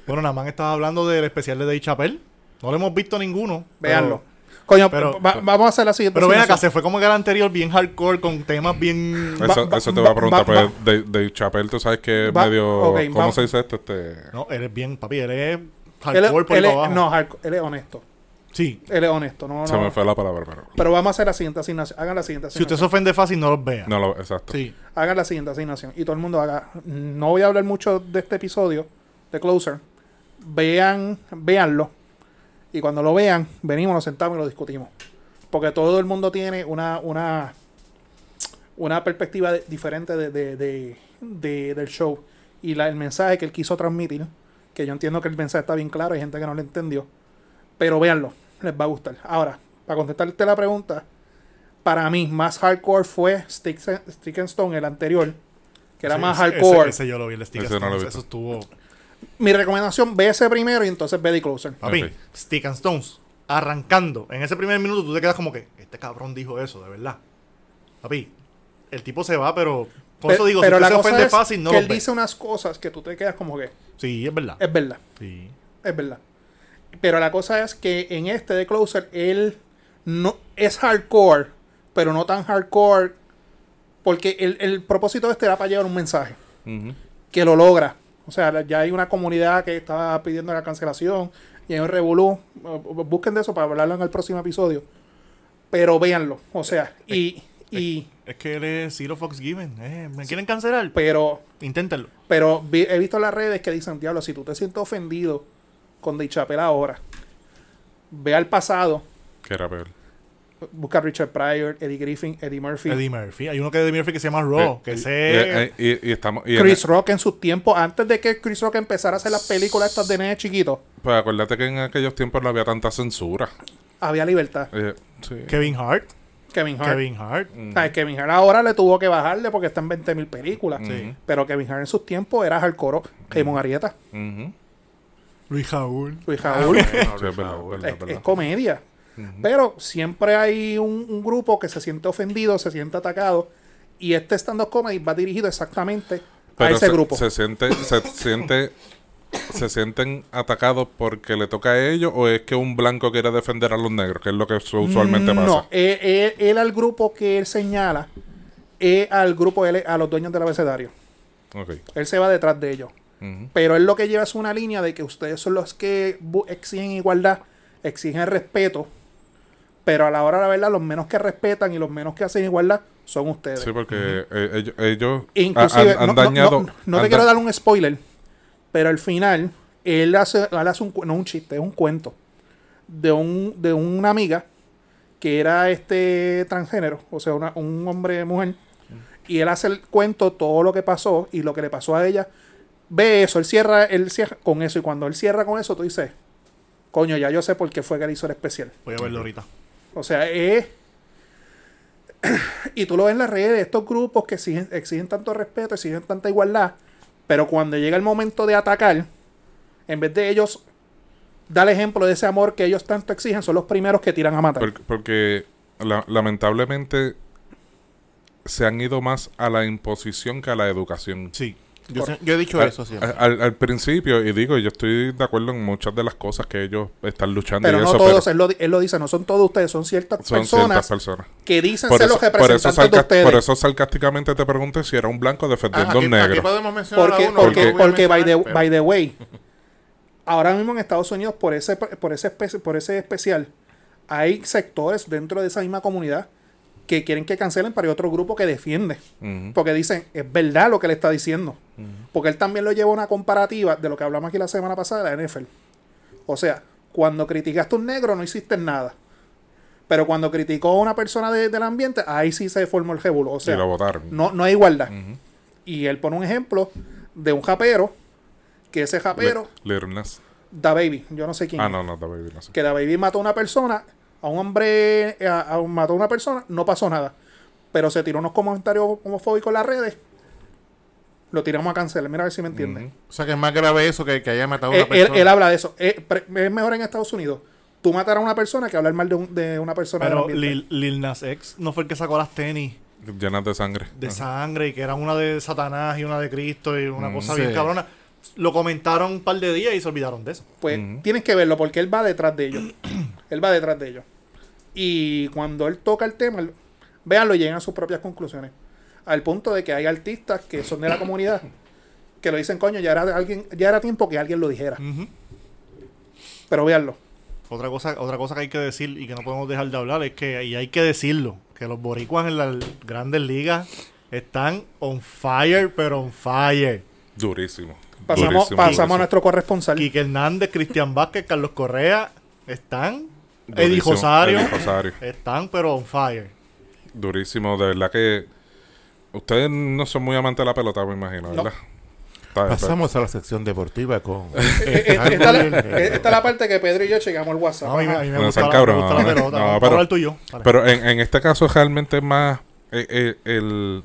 S3: Bueno, nada más estaba hablando del especial de Dave Chappelle. No lo hemos visto ninguno. pero-
S1: Veanlo. Coño,
S3: pero-
S1: va- vamos a hacer la siguiente.
S3: Pero ven acá,
S1: asignación.
S3: se fue como que el anterior bien hardcore con temas bien...
S1: Va-
S2: Eso,
S1: va-
S2: eso te va a preguntar,
S1: va-
S2: pues,
S1: va-
S2: de, de Chapel, tú sabes que es
S1: Va-
S2: medio.
S1: ok,
S2: ¿Cómo
S1: va-
S2: se dice esto? Este,
S3: No, eres bien, papi, eres
S1: Él es-
S3: hardcore por ahí
S1: él es-
S3: para abajo.
S1: no, hardcore, él es honesto.
S3: Sí.
S1: Él es honesto. No,
S2: se
S1: no.
S2: me fue la palabra, pero.
S1: Pero vamos a hacer la siguiente asignación. Hagan la siguiente
S3: Si usted
S1: asignación.
S3: se ofende fácil, no los vea.
S2: No lo. Exacto.
S3: Sí.
S1: Hagan la siguiente asignación. Y todo el mundo haga. No voy a hablar mucho de este episodio de Closer. Vean, véanlo. Y cuando lo vean, venimos, nos sentamos y lo discutimos. Porque todo el mundo tiene una, una, una perspectiva de- diferente de, de- de- de- del show. Y la- el mensaje que él quiso transmitir, que yo entiendo que el mensaje está bien claro, hay gente que no lo entendió. Pero véanlo, les va a gustar. Ahora, para contestarte la pregunta, para mí más hardcore fue Sticks and- Stick and Stone, el anterior, que era
S3: Ese-
S1: más
S3: ese-
S1: hardcore.
S3: Ese, ese yo lo vi, el Stick
S2: Ese
S3: and
S2: no lo he
S3: Stones.
S2: visto.
S3: Eso estuvo...
S1: Mi recomendación, ve ese primero y entonces ve The Closer.
S3: Papi,
S2: Ok.
S3: Stick and Stones, arrancando. En ese primer minuto tú te quedas como que, este cabrón dijo eso, de verdad. Papi, el tipo se va, pero... Por eso digo, si
S1: la
S3: usted se
S1: cosa
S3: ofende
S1: es
S3: fácil, no
S1: que
S3: los
S1: él
S3: ve.
S1: dice Eh, unas cosas que tú te quedas como que
S3: Sí, es verdad.
S1: es verdad,
S3: Sí.
S1: es verdad. Pero la cosa es que en este de Closer él no es hardcore, pero no tan hardcore porque el, el propósito de este era para llevar un mensaje
S2: Ujú.
S1: que lo logra. O sea, la- ya hay una comunidad que está pidiendo la cancelación y hay un revolú. Bu- bu- Busquen de eso para hablarlo en el próximo episodio. Pero véanlo, o sea, y, y
S3: Es que él es Zero Fox Given. eh, ¿Me quieren cancelar? Pues,
S1: pero
S3: inténtenlo.
S1: Pero vi- he visto en las redes que dicen, diablo, si tú te sientes ofendido con Dave Chappelle ahora, ve al pasado,
S2: Que era peor.
S1: busca a Richard Pryor, Eddie Griffin, Eddie Murphy,
S3: Eddie Murphy. Hay uno que de Eddie Murphy que se llama
S1: Oh,
S3: Raw.
S2: Eh,
S3: Que
S2: y-
S3: se...
S2: eh, eh, Y, y estamos. y en-
S1: Chris Rock en sus tiempos, antes de que Chris Rock empezara a hacer las películas estas de nene chiquito,
S2: pues acuérdate que en aquellos tiempos no había tanta censura.
S1: había libertad.
S2: Eh, sí.
S3: Kevin Hart.
S1: Kevin Hart.
S3: Kevin Hart.
S1: Ay, Kevin Hart ahora le tuvo que bajarle porque está en 20.000 películas.
S3: Sí. Mm.
S1: Pero Kevin Hart en sus tiempos era hardcore. Raymond Arieta,
S2: Ujú.
S3: Luis Raúl.
S1: Luis
S4: Ah,
S1: Raúl.
S4: bueno,
S2: Sí, es verdad,
S4: Raúl.
S2: verdad,
S1: es,
S2: verdad.
S1: es comedia. Pero siempre hay un, un grupo que se siente ofendido, se siente atacado. Y este stand-up comedy va dirigido exactamente a
S2: Pero
S1: ese
S2: se,
S1: grupo.
S2: se siente,
S1: [laughs]
S2: se siente, se sienten atacados porque le toca a ellos o es que un blanco quiere defender a los negros, que es lo que su- usualmente
S1: no,
S2: pasa.
S1: eh, eh, él, al grupo que él señala, es al grupo, él, a los dueños del abecedario.
S2: Ok.
S1: Él se va detrás de ellos.
S2: Ujú.
S1: Pero él lo que lleva es una línea de que ustedes son los que bu- exigen igualdad, exigen respeto. Pero a la hora de la verdad, los menos que respetan y los menos que hacen igualdad son ustedes.
S2: Sí, porque eh, ellos, ellos
S1: Inclusive,
S2: han, han
S1: no, no,
S2: dañado.
S1: no, no, no te
S2: han
S1: quiero
S2: da-
S1: dar un spoiler, pero al final, él hace, él hace un, cu- no un chiste, es un cuento de, un, de una amiga que era este transgénero, o sea, una- un hombre mujer, y él hace el cuento todo lo que pasó y lo que le pasó a ella. Ve eso, él cierra, él cierra con eso, y cuando él cierra con eso, tú dices, coño, ya yo sé por qué fue que él hizo el especial.
S3: Voy a verlo ahorita.
S1: O sea, es. [clears throat] y tú lo ves en las redes, estos grupos que exigen, exigen tanto respeto, exigen tanta igualdad, pero cuando llega el momento de atacar, en vez de ellos dar ejemplo de ese amor que ellos tanto exigen, son los primeros que tiran a matar.
S2: Porque, porque la- lamentablemente se han ido más a la imposición que a la educación.
S3: Sí.
S4: Yo, sé- yo he dicho
S2: Al,
S4: eso siempre.
S2: al- al principio, y digo, yo estoy de acuerdo en muchas de las cosas que ellos están luchando
S1: pero
S2: y
S1: no
S2: eso,
S1: todos,
S2: pero
S1: él, lo, di- él lo dice, no son todos ustedes, son ciertas
S2: son
S1: personas
S2: ciertas personas.
S1: que dicen
S2: Por
S1: ser
S2: eso,
S1: los
S2: por, eso
S1: representantes de
S2: sarca-
S1: ustedes.
S2: por eso sarcásticamente te pregunté si era un blanco defendiendo
S4: Ah,
S2: a
S4: aquí,
S2: un
S4: aquí
S2: negro.
S4: podemos mencionar
S1: Porque,
S4: a uno,
S1: porque,
S4: no voy a
S1: porque by, the,
S4: mencionar, pero-
S1: by the way, ahora mismo en Estados Unidos, por ese, por, ese espe- por ese especial, hay sectores dentro de esa misma comunidad que quieren que cancelen, pero hay otro grupo que defiende.
S2: Ujú.
S1: Porque dicen, es verdad lo que le está diciendo. Porque él también lo lleva a una comparativa de lo que hablamos aquí la semana pasada de la NFL. O sea, cuando criticaste a un negro no hiciste nada. Pero cuando criticó a una persona de- del ambiente, ahí sí se formó el revuelo. O sea,
S2: y lo votaron.
S1: no, no hay igualdad. Y él pone un ejemplo de un japero, que ese japero,
S2: Le- Little Nas.
S1: Da Baby, yo no sé quién
S2: Ah,
S1: es,
S2: no, no, Da Baby no sé.
S1: que Da Baby mató a una persona, a un hombre, a, a un- mató a una persona, no pasó nada. Pero se tiró unos comentarios homofóbicos en las redes, lo tiramos a cancelar, mira a ver si me entienden.
S4: O sea, que es más grave eso que, que haya matado a
S1: Él,
S4: una
S1: él-
S4: persona.
S1: él habla de eso. Eh, pre- es mejor en Estados Unidos tú matar a una persona que hablar mal de, un- de una persona. del
S3: Pero
S1: ambiente.
S3: Lil, Lil Nas X no fue el que sacó las tenis
S2: Llenas de sangre.
S3: de
S2: Ajá.
S3: sangre y que eran una de Satanás y una de Cristo y una cosa
S4: sí.
S3: bien cabrona. Lo comentaron un par de días y se olvidaron de eso.
S1: pues tienes que verlo porque él va detrás de ellos. él va detrás de ellos. Y cuando él toca el tema, él- véanlo y llegan a sus propias conclusiones. Al punto de que hay artistas que son de la comunidad que lo dicen, coño, ya era, alguien, ya era tiempo que alguien lo dijera.
S3: Ujú.
S1: Pero véanlo.
S3: Otra cosa, otra cosa que hay que decir y que no podemos dejar de hablar es que, y hay que decirlo, que los boricuas en las grandes ligas están on fire, pero on fire.
S2: Durísimo.
S1: Pasamos,
S2: Durísimo,
S1: pasamos a
S2: durísimo.
S1: nuestro corresponsal.
S3: Quique Hernández, Cristian Vázquez, Carlos Correa están.
S2: Durísimo,
S3: Eddie Rosario.
S2: Eddie Rosario.
S3: Están, pero on fire.
S2: Durísimo, de verdad que. Ustedes no son muy amantes de la pelota, me imagino,
S1: No.
S2: ¿verdad? Está bien,
S4: Pasamos a la sección deportiva [laughs] con...
S1: Eh, eh, Esta es la- esta es la parte que Pedro y yo llegamos al WhatsApp.
S3: No, a mí, me- a mí me,
S2: No,
S3: gusta
S2: son
S3: la,
S2: cabrones.
S3: me gusta la pelota.
S2: No,
S3: Vamos a
S2: pero-
S3: hablar tú y yo. Vale.
S2: Pero en, en este caso realmente es más eh, eh, el...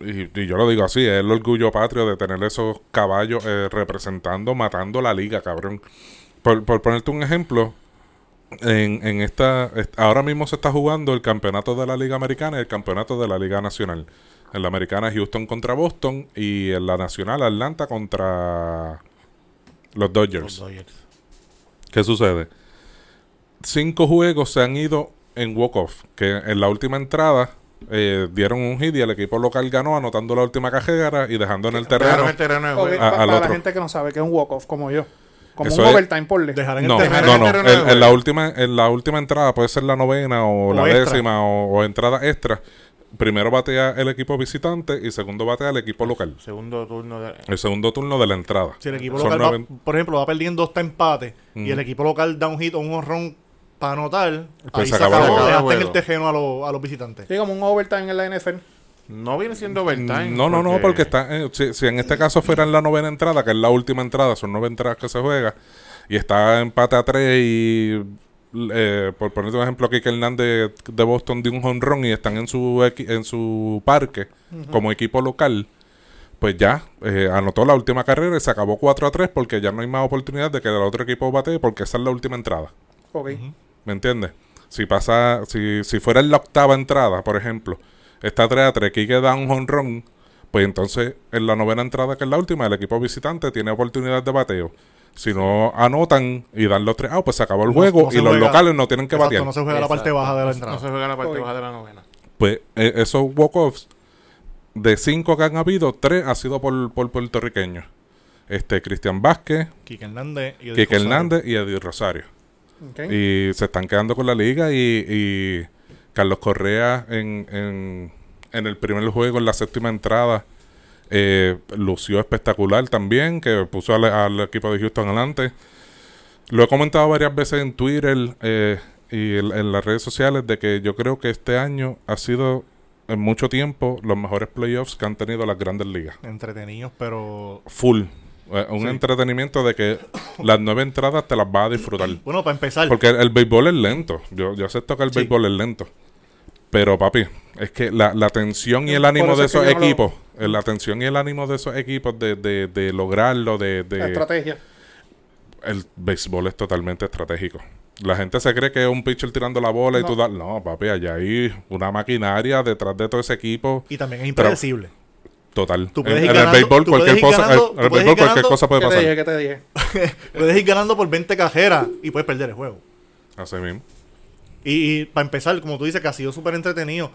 S2: Y, y yo lo digo así, es el orgullo patrio de tener esos caballos eh, representando, matando la liga, cabrón. Por, por ponerte un ejemplo, en, en esta, est- ahora mismo se está jugando el campeonato de la Liga Americana y el campeonato de la Liga Nacional. En la Americana Houston contra Boston y en la Nacional Atlanta contra los Dodgers. ¿Qué sucede? Cinco juegos se han ido en walk-off. Que en la última entrada eh, dieron un hit y el equipo local ganó anotando la última cajera y dejando en el terreno.
S4: Dejaron el terreno de
S1: Ok,
S4: juego.
S1: pa-
S2: al
S1: para la
S2: otro.
S1: gente que no sabe que es un walk-off, como yo. Como
S2: Eso
S1: un
S2: es-
S1: overtime por ley.
S3: Dejar en
S2: No,
S3: el terreno.
S2: no,
S4: el
S2: no.
S4: terreno
S2: en-
S4: de
S2: En,
S4: juego.
S2: la última, en la última entrada, puede ser la novena o, la
S3: extra.
S2: décima o, o entrada extra. Primero batea el equipo visitante y segundo batea el equipo local.
S4: Segundo turno de...
S2: El segundo turno de la entrada.
S3: Si el equipo
S2: Son
S3: local, va-
S2: noven-
S3: por ejemplo, va perdiendo hasta empate
S2: Mm.
S3: y el equipo local da un hit o un honrón para anotar,
S2: Pues
S3: ahí
S2: se
S3: se
S2: acabó
S3: acabó,
S2: el juego.
S3: dejaste en el
S4: Juego.
S3: tejeno a, los- a los visitantes.
S1: Sí, como un overtime en la NFL.
S4: No viene siendo overtime.
S2: Mm, No, no, no, porque está, eh, si, si en este caso fuera en la novena entrada, que es la última entrada, son nueve entradas que se juega, y está empate a tres y, eh, por poner un ejemplo, Kike Hernández de Boston de un honrón y están en su, equi- en su parque como equipo local, pues ya, eh, anotó la última carrera y se acabó 4 a 3 porque ya no hay más oportunidad de que el otro equipo batee porque esa es la última entrada.
S1: Ok.
S2: ¿Me entiendes? Si pasa, si, si fuera en la octava entrada, por ejemplo, está 3 a 3, Kike da un honrón, pues entonces en la novena entrada, que es la última, el equipo visitante tiene oportunidad de bateo. Si no anotan y dan los tres outs, pues se acabó el
S3: No-
S2: juego
S3: no se
S2: y los
S3: juega.
S2: locales no tienen que
S3: Exacto,
S2: batear.
S3: no se juega la parte baja de la entrada.
S4: No se juega la parte
S1: Ok.
S4: baja de la novena.
S2: Pues eh, esos walk-offs, de cinco que han habido, tres ha sido por, por puertorriqueños. Este, Cristian Vázquez,
S3: Quique Hernández y Eddie
S2: Kike
S3: Rosario.
S2: Hernández y Eddie Rosario.
S1: ok.
S2: Y se están quedando con la liga y, y Carlos Correa en, en, en el primer juego, en la séptima entrada, eh, lució espectacular también, que puso al, al equipo de Houston adelante. Lo he comentado varias veces en Twitter eh, y en, en las redes sociales de que yo creo que este año ha sido en mucho tiempo los mejores playoffs que han tenido las grandes ligas
S3: Entretenidos, pero.
S2: full. Eh, un
S3: Sí.
S2: entretenimiento de que las nueve entradas te las vas a disfrutar.
S3: Bueno, para empezar,
S2: Porque el, el béisbol es lento. Yo, yo acepto que el
S3: Sí.
S2: béisbol es lento. Pero, papi, es que la, la tensión y el
S1: Por
S2: ánimo
S1: eso
S2: de
S1: es que
S2: esos
S1: yo no lo-
S2: equipos, eh, la tensión y el ánimo de esos equipos de, de- de lograrlo, de, de-
S1: La estrategia.
S2: el béisbol es totalmente estratégico. La gente se cree que es un pitcher tirando la bola y
S1: No.
S2: tú das. No, papi, allá hay una maquinaria detrás de todo ese equipo
S3: y también es
S2: Pero-
S3: impredecible. [laughs]
S2: total.
S3: Tú
S2: En-
S3: puedes
S2: en
S3: ir
S2: el
S3: ganando-
S2: béisbol,
S3: tú puedes
S2: cualquier
S3: ir
S2: cosa, eh,
S3: ganando-
S2: en
S3: tú
S2: el
S3: puedes ir
S2: béisbol, cualquier
S3: ganando-
S2: cosa puede
S1: ¿Qué te
S2: pasar.
S1: dije? ¿Qué te dije?
S3: Puedes ir ganando por 20 cajeras y puedes perder el juego.
S2: Así mismo.
S3: Y, y para empezar, como tú dices, que ha sido súper entretenido.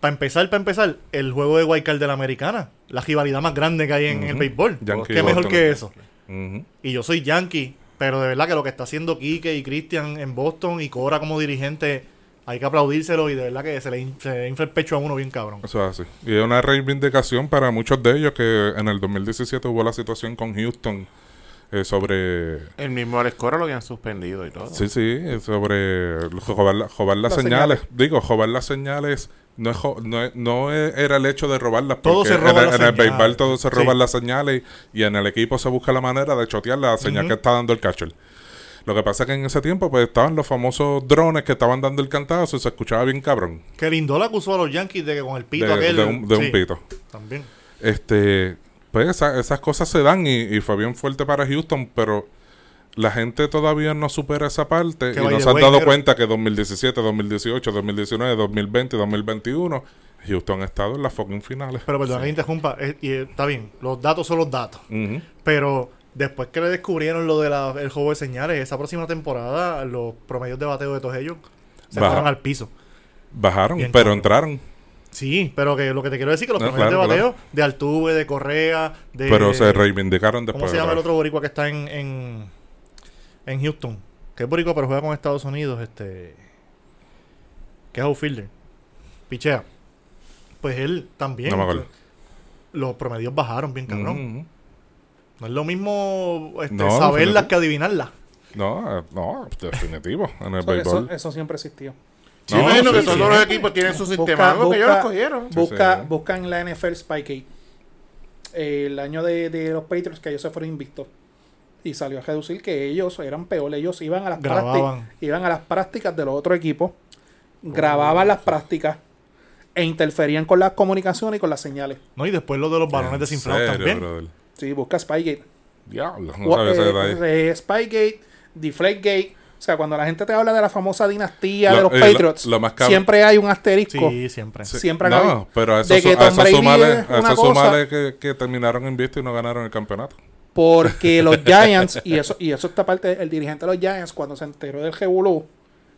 S3: Para empezar, para empezar, el juego de Wild Card de la Americana, la rivalidad más grande que hay en, en el
S2: Ujú.
S3: béisbol.
S2: Yankee
S3: ¿Qué
S2: y
S3: mejor
S2: Boston.
S3: que eso?
S2: Ujú.
S3: Y yo soy yankee, pero de verdad que lo que está haciendo Quique y Cristian en Boston y Cora como dirigente, hay que aplaudírselo y de verdad que se le, in- se le infla el pecho a uno bien cabrón.
S2: Eso es así. Y es una reivindicación para muchos de ellos que en el 2017 hubo la situación con Houston eh, sobre...
S4: El mismo Alex Cora lo habían suspendido y todo.
S2: Sí, sí, eh, sobre robar, la- robar las
S1: Las
S2: señales. Digo, robar las señales no, es jo- no, es- no e- era el hecho de robarlas.
S3: Todo
S2: porque
S3: se roba
S2: en, el-
S3: las
S2: en el
S3: señales.
S2: béisbol todo se
S3: Sí.
S2: roban las señales y en el equipo se busca la manera de chotear la señal que está dando el catcher. Lo que pasa es que en ese tiempo pues estaban los famosos drones que estaban dando el cantazo y se escuchaba bien cabrón.
S3: Que Lindola acusó a los Yankees de que con el pito
S2: de,
S3: aquel.
S2: de un, de un
S3: sí,
S2: pito.
S3: También.
S2: Este, pues esa- esas cosas se dan y, y fue bien fuerte para Houston, pero la gente todavía no supera esa parte
S3: Que
S2: y
S3: by
S2: no
S3: the
S2: se han
S3: way,
S2: dado
S3: pero-
S2: cuenta que 2017, 2018, 2019, 2020, 2021, Houston ha estado en las fucking finales.
S3: Pero perdón, que interrumpa. eh, y, eh, está bien, los datos son los datos.
S2: Ujú.
S3: Pero después que le descubrieron lo del juego de señales, esa próxima temporada, los promedios de bateo de todos ellos se
S2: Baja.
S3: fueron al piso.
S2: Bajaron,
S3: Bien,
S2: pero
S3: cabrón.
S2: entraron.
S3: Sí, pero que lo que te quiero decir que los
S2: No,
S3: promedios
S2: claro,
S3: de bateo
S2: claro.
S3: de Altuve, de Correa, de.
S2: pero se reivindicaron después.
S3: ¿Cómo se llama
S2: otra
S3: el
S2: vez.
S3: otro boricua que está en, en, en Houston? Que es boricua, pero juega con Estados Unidos, este. Que es outfielder. Pichea. Pues él también.
S2: No me acuerdo.
S3: Los promedios bajaron bien, cabrón.
S2: Ujú.
S3: No es lo mismo este,
S2: No,
S3: saberlas
S2: definitivo.
S3: que adivinarlas.
S2: No, eh, no, definitivo. En el
S1: Eso,
S2: béisbol.
S1: eso- eso siempre existió.
S4: Sí,
S2: No,
S4: imagino
S2: sí,
S4: que
S2: sí.
S4: todos los equipos tienen su sistema, algo que ellos
S1: busca-
S4: los cogieron.
S2: Sí,
S1: Busca,
S2: sí.
S1: busca en la NFL Spike Eight. El año de, de los Patriots que ellos se fueron invictos. Y salió a reducir que ellos eran peores. Ellos iban a las
S3: Grababan.
S1: prácticas. Iban a las prácticas de los otros equipos. Grababan las prácticas. E interferían con las comunicaciones y con las señales.
S3: ¿no? Y después lo de los balones
S2: ¿En
S3: desinflados
S2: serio,
S3: también.
S2: brother?
S1: Sí, busca Spygate.
S2: Diablo, no
S1: Wa-
S2: sabía ese
S1: eh,
S2: detalle.
S1: eh, Spygate, Deflategate. O sea, cuando la gente te habla de la famosa dinastía
S2: Lo-
S1: de los
S2: eh, lo-
S1: Patriots,
S2: lo más cab-
S1: siempre hay un asterisco.
S3: Sí, siempre.
S2: Sí,
S1: Siempre
S2: no,
S1: acabé-
S2: pero a eso,
S1: de que
S2: su- a
S1: Tom
S2: eso
S1: Brady
S2: súmale,
S1: es
S2: a
S1: una
S2: eso
S1: cosa.
S2: súmale que, que terminaron invicto y no ganaron el campeonato.
S1: Porque
S2: [laughs]
S1: los Giants, y eso, y eso está parte, el dirigente de los Giants, cuando se enteró del Gebulú,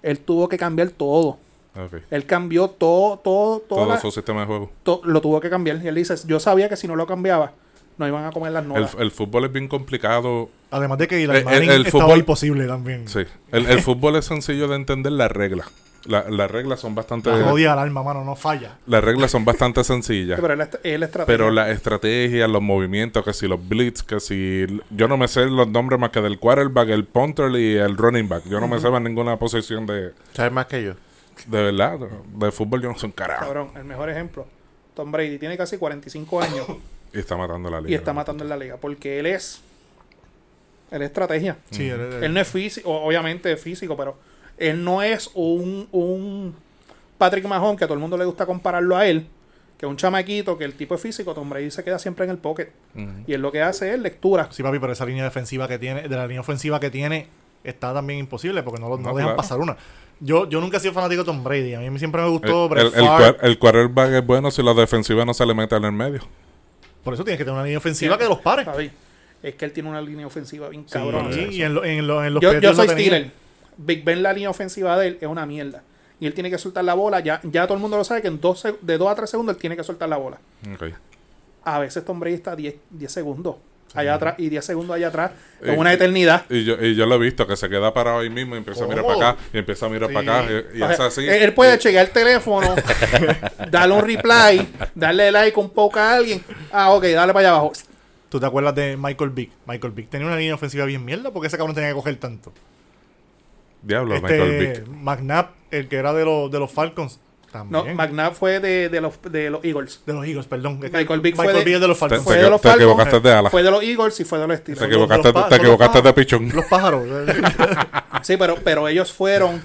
S1: él tuvo que cambiar todo.
S2: Ok.
S1: Él cambió todo, todo, todo.
S2: Todo su sistema de juego.
S1: lo tuvo que cambiar. Y él dice, yo sabía que si no lo cambiaba, no iban a comer las
S2: El,
S1: notas.
S2: el fútbol es bien complicado.
S3: Además de que el,
S2: Eh,
S3: Manning
S2: el- el
S3: estaba
S2: fútbol-
S3: imposible
S1: Mm.
S3: también.
S2: Sí. El, el fútbol es sencillo de entender las reglas. La- las reglas son bastante.
S3: La Odia al alma, mano, no falla.
S2: Las reglas son bastante sencillas.
S1: Pero él, est- él estratega.
S2: Pero las estrategias, los movimientos, que si los blitz, que si. Yo no me sé los nombres más que del quarterback, el punter y el running back. Yo no me sé más ninguna posición de.
S4: ¿Sabes más que yo?
S2: De verdad, de fútbol yo no soy un carajo.
S1: Cabrón, el mejor ejemplo. Tom Brady tiene casi 45 años
S2: Y está matando la liga.
S1: y está matando en la liga. Porque él es. Él es estrategia.
S2: Mm.
S3: Sí, el- el-
S1: Él no es físico, obviamente es físico, pero él no es un, un Patrick Mahomes, que a todo el mundo le gusta compararlo a él, que es un chamaquito, que el tipo es físico, Tom Brady se queda siempre en el pocket.
S2: Ujú.
S1: Y él lo que hace es lectura.
S3: Sí, papi, pero esa línea defensiva que tiene, de la línea ofensiva que tiene, está también imposible porque no, lo- no
S2: No,
S3: dejan
S2: claro.
S3: pasar una. Yo, yo nunca he sido fanático de Tom Brady. A mí siempre me
S2: El,
S3: gustó
S2: Eh, el,
S3: Brett
S2: el
S3: Favre.
S2: cuar- el quarterback es bueno si la defensiva no se le mete en el medio.
S3: Por eso tienes que tener una línea ofensiva que los pare.
S1: Javi, Es que él tiene una línea ofensiva bien
S3: Sí,
S1: cabrona.
S3: y en, lo- en lo- en los
S1: Yo, yo
S3: Patriots
S1: soy
S3: lo tenía.
S1: Steeler. Big Ben, la línea ofensiva de él es una mierda. Y él tiene que soltar la bola. Ya, ya todo el mundo lo sabe que en dos seg- de 2 a 3 segundos él tiene que soltar la bola.
S2: Ok.
S1: A veces Tom Brady está 10, 10 segundos allá atrás y 10 segundos allá atrás.
S2: Eh,
S1: Es una eternidad.
S2: Y yo, y yo lo he visto que se queda parado ahí mismo y empieza a mirar
S3: Cómodo.
S2: para acá y empieza a mirar
S3: Sí.
S2: para acá y, y
S1: O sea,
S2: hace así.
S1: Él él puede chequear el
S2: [laughs]
S1: teléfono, darle un reply, darle like un poco a alguien. Ah, ok, dale para allá abajo.
S3: ¿Tú te acuerdas de Michael Vick? Michael Vick tenía una línea ofensiva bien mierda porque ese cabrón tenía que coger tanto.
S2: Diablo, Michael
S3: Este,
S2: Vick.
S3: McNabb, el que era de, los de los Falcons,
S1: No,
S3: también.
S1: McNabb fue de, de los, de los Eagles.
S3: de los Eagles, perdón. Es que
S1: Michael Vick fue de-
S3: es de los
S2: Te,
S3: Falcons.
S2: te-
S1: de
S2: te
S1: los Falcons,
S2: equivocaste de ala.
S1: Fue de los Eagles y fue de los
S2: Te
S1: Steelers.
S2: equivocaste,
S3: Los
S2: te
S3: pa- son los
S2: equivocaste
S3: pa-
S2: de pichón.
S1: [laughs]
S3: Los pájaros.
S1: Sí, pero, pero ellos fueron,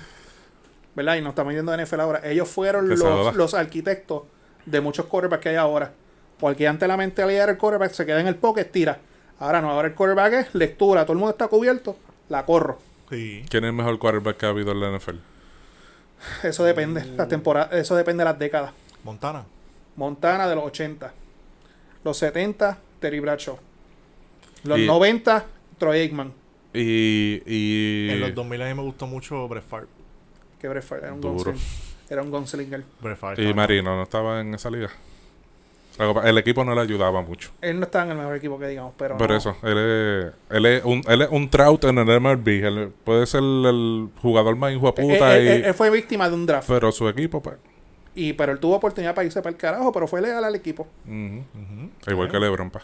S1: ¿verdad? Y nos estamos yendo de NFL ahora. Ellos fueron
S2: Que se joda.
S1: los, los arquitectos de muchos quarterbacks que hay ahora. Porque antes la mentalidad era el quarterback, se queda en el pocket, tira. Ahora no, ahora el quarterback es lectura, todo el mundo está cubierto, la corro. [laughs]
S3: sí.
S2: ¿Quién es el mejor quarterback que ha habido en la NFL?
S1: Eso depende, la temporada, eso depende de las décadas.
S3: Montana.
S1: Montana de los 80. Los 70, Terry Bradshaw. Los
S2: Y-
S1: 90, Troy Aikman.
S2: Y. y
S3: En los 2000 a mí me gustó mucho Brett Favre.
S1: Que Brett Favre era un
S2: Duro.
S1: gunslinger. Era un gunslinger.
S3: Brett Favre
S2: y
S3: estaba-
S2: Marino no estaba en esa liga. Lo que pa- El equipo no le ayudaba mucho.
S1: Él no estaba en el mejor equipo que digamos, pero.
S2: Por
S1: no.
S2: eso, él es, él, es un, él es un Trout en el MLB. Él puede ser el, el jugador más hijo de
S1: Él,
S2: puta.
S1: él-
S2: y-
S1: él- él fue víctima de un draft.
S2: pero su equipo, pues.
S1: Y, pero él tuvo oportunidad para irse para el carajo, pero fue leal al equipo.
S2: ujú.
S3: Ujú.
S2: Igual que LeBron, pa.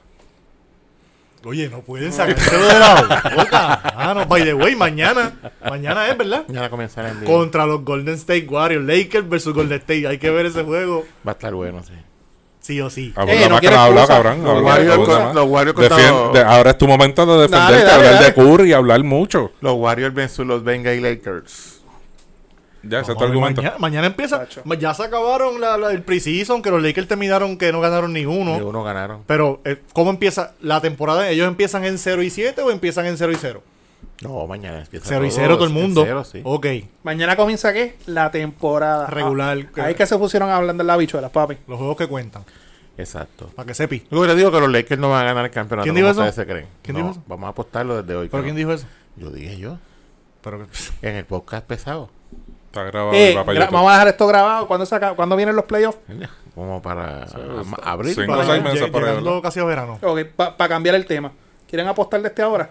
S3: Oye, no pueden sacárselo de la boca. Ah, no, by the way, mañana. Mañana es, ¿verdad?
S4: Mañana comenzará en vivo.
S3: Contra los Golden State Warriors. Lakers versus Golden State. Hay que ver ese juego.
S4: Va a estar bueno, sí.
S3: sí o sí.
S2: Habla
S1: Eh, no
S2: más que
S1: quiere
S2: habla,
S1: excusa.
S2: cabrón.
S4: Los
S2: habla,
S4: Warriors
S2: habla
S4: con-
S2: más.
S4: los Warriors contra
S2: Defiende-
S4: los-
S2: ahora es tu momento de defenderte,
S1: Dale, dale,
S2: hablar de
S1: dale.
S2: Curry y hablar mucho.
S4: Los Warriors versus los Bengay Lakers.
S2: Ya, ese es
S3: Vamos
S2: tu
S3: a ver,
S2: argumento.
S3: Mañana, mañana empieza.
S1: Tacho.
S3: Ma- Ya se acabaron la, la- el preseason, que los Lakers terminaron que no ganaron ni uno.
S4: Y uno ganaron.
S3: Pero, eh, ¿cómo empieza la temporada? ¿Ellos empiezan en 0 y 7 o empiezan en 0 y 0?
S4: No, mañana empieza
S3: 0 y 0 todo el
S4: en
S3: mundo.
S4: cero, sí.
S3: Ok,
S1: Mañana comienza qué? La temporada.
S3: Regular.
S1: Ah, ahí que se pusieron hablando en la bichuela, papi.
S3: los juegos que cuentan.
S4: Exacto.
S3: Para que sepi.
S4: Yo les digo que los Lakers no van a ganar el campeonato.
S3: ¿Quién dijo
S4: como
S3: eso?
S4: ustedes se creen.
S3: ¿Quién
S4: No,
S3: dijo eso?
S4: Vamos a apostarlo desde hoy.
S3: ¿Pero
S4: que
S3: quién
S4: no.
S3: dijo eso?
S4: Yo dije yo.
S3: Pero,
S4: En el podcast pesado.
S2: Está grabado
S1: Eh,
S2: y va para
S1: gra-
S2: YouTube.
S1: vamos a dejar esto grabado. ¿Cuándo, se acaba- ¿Cuándo vienen los playoffs?
S4: Como para am- abrir.
S2: Cinco
S4: para-
S2: o seis meses
S3: lleg-
S2: por ahí,
S3: llegando
S2: ¿verdad?
S3: casi a verano.
S1: para cambiar el tema. ¿Quieren apostar desde ahora?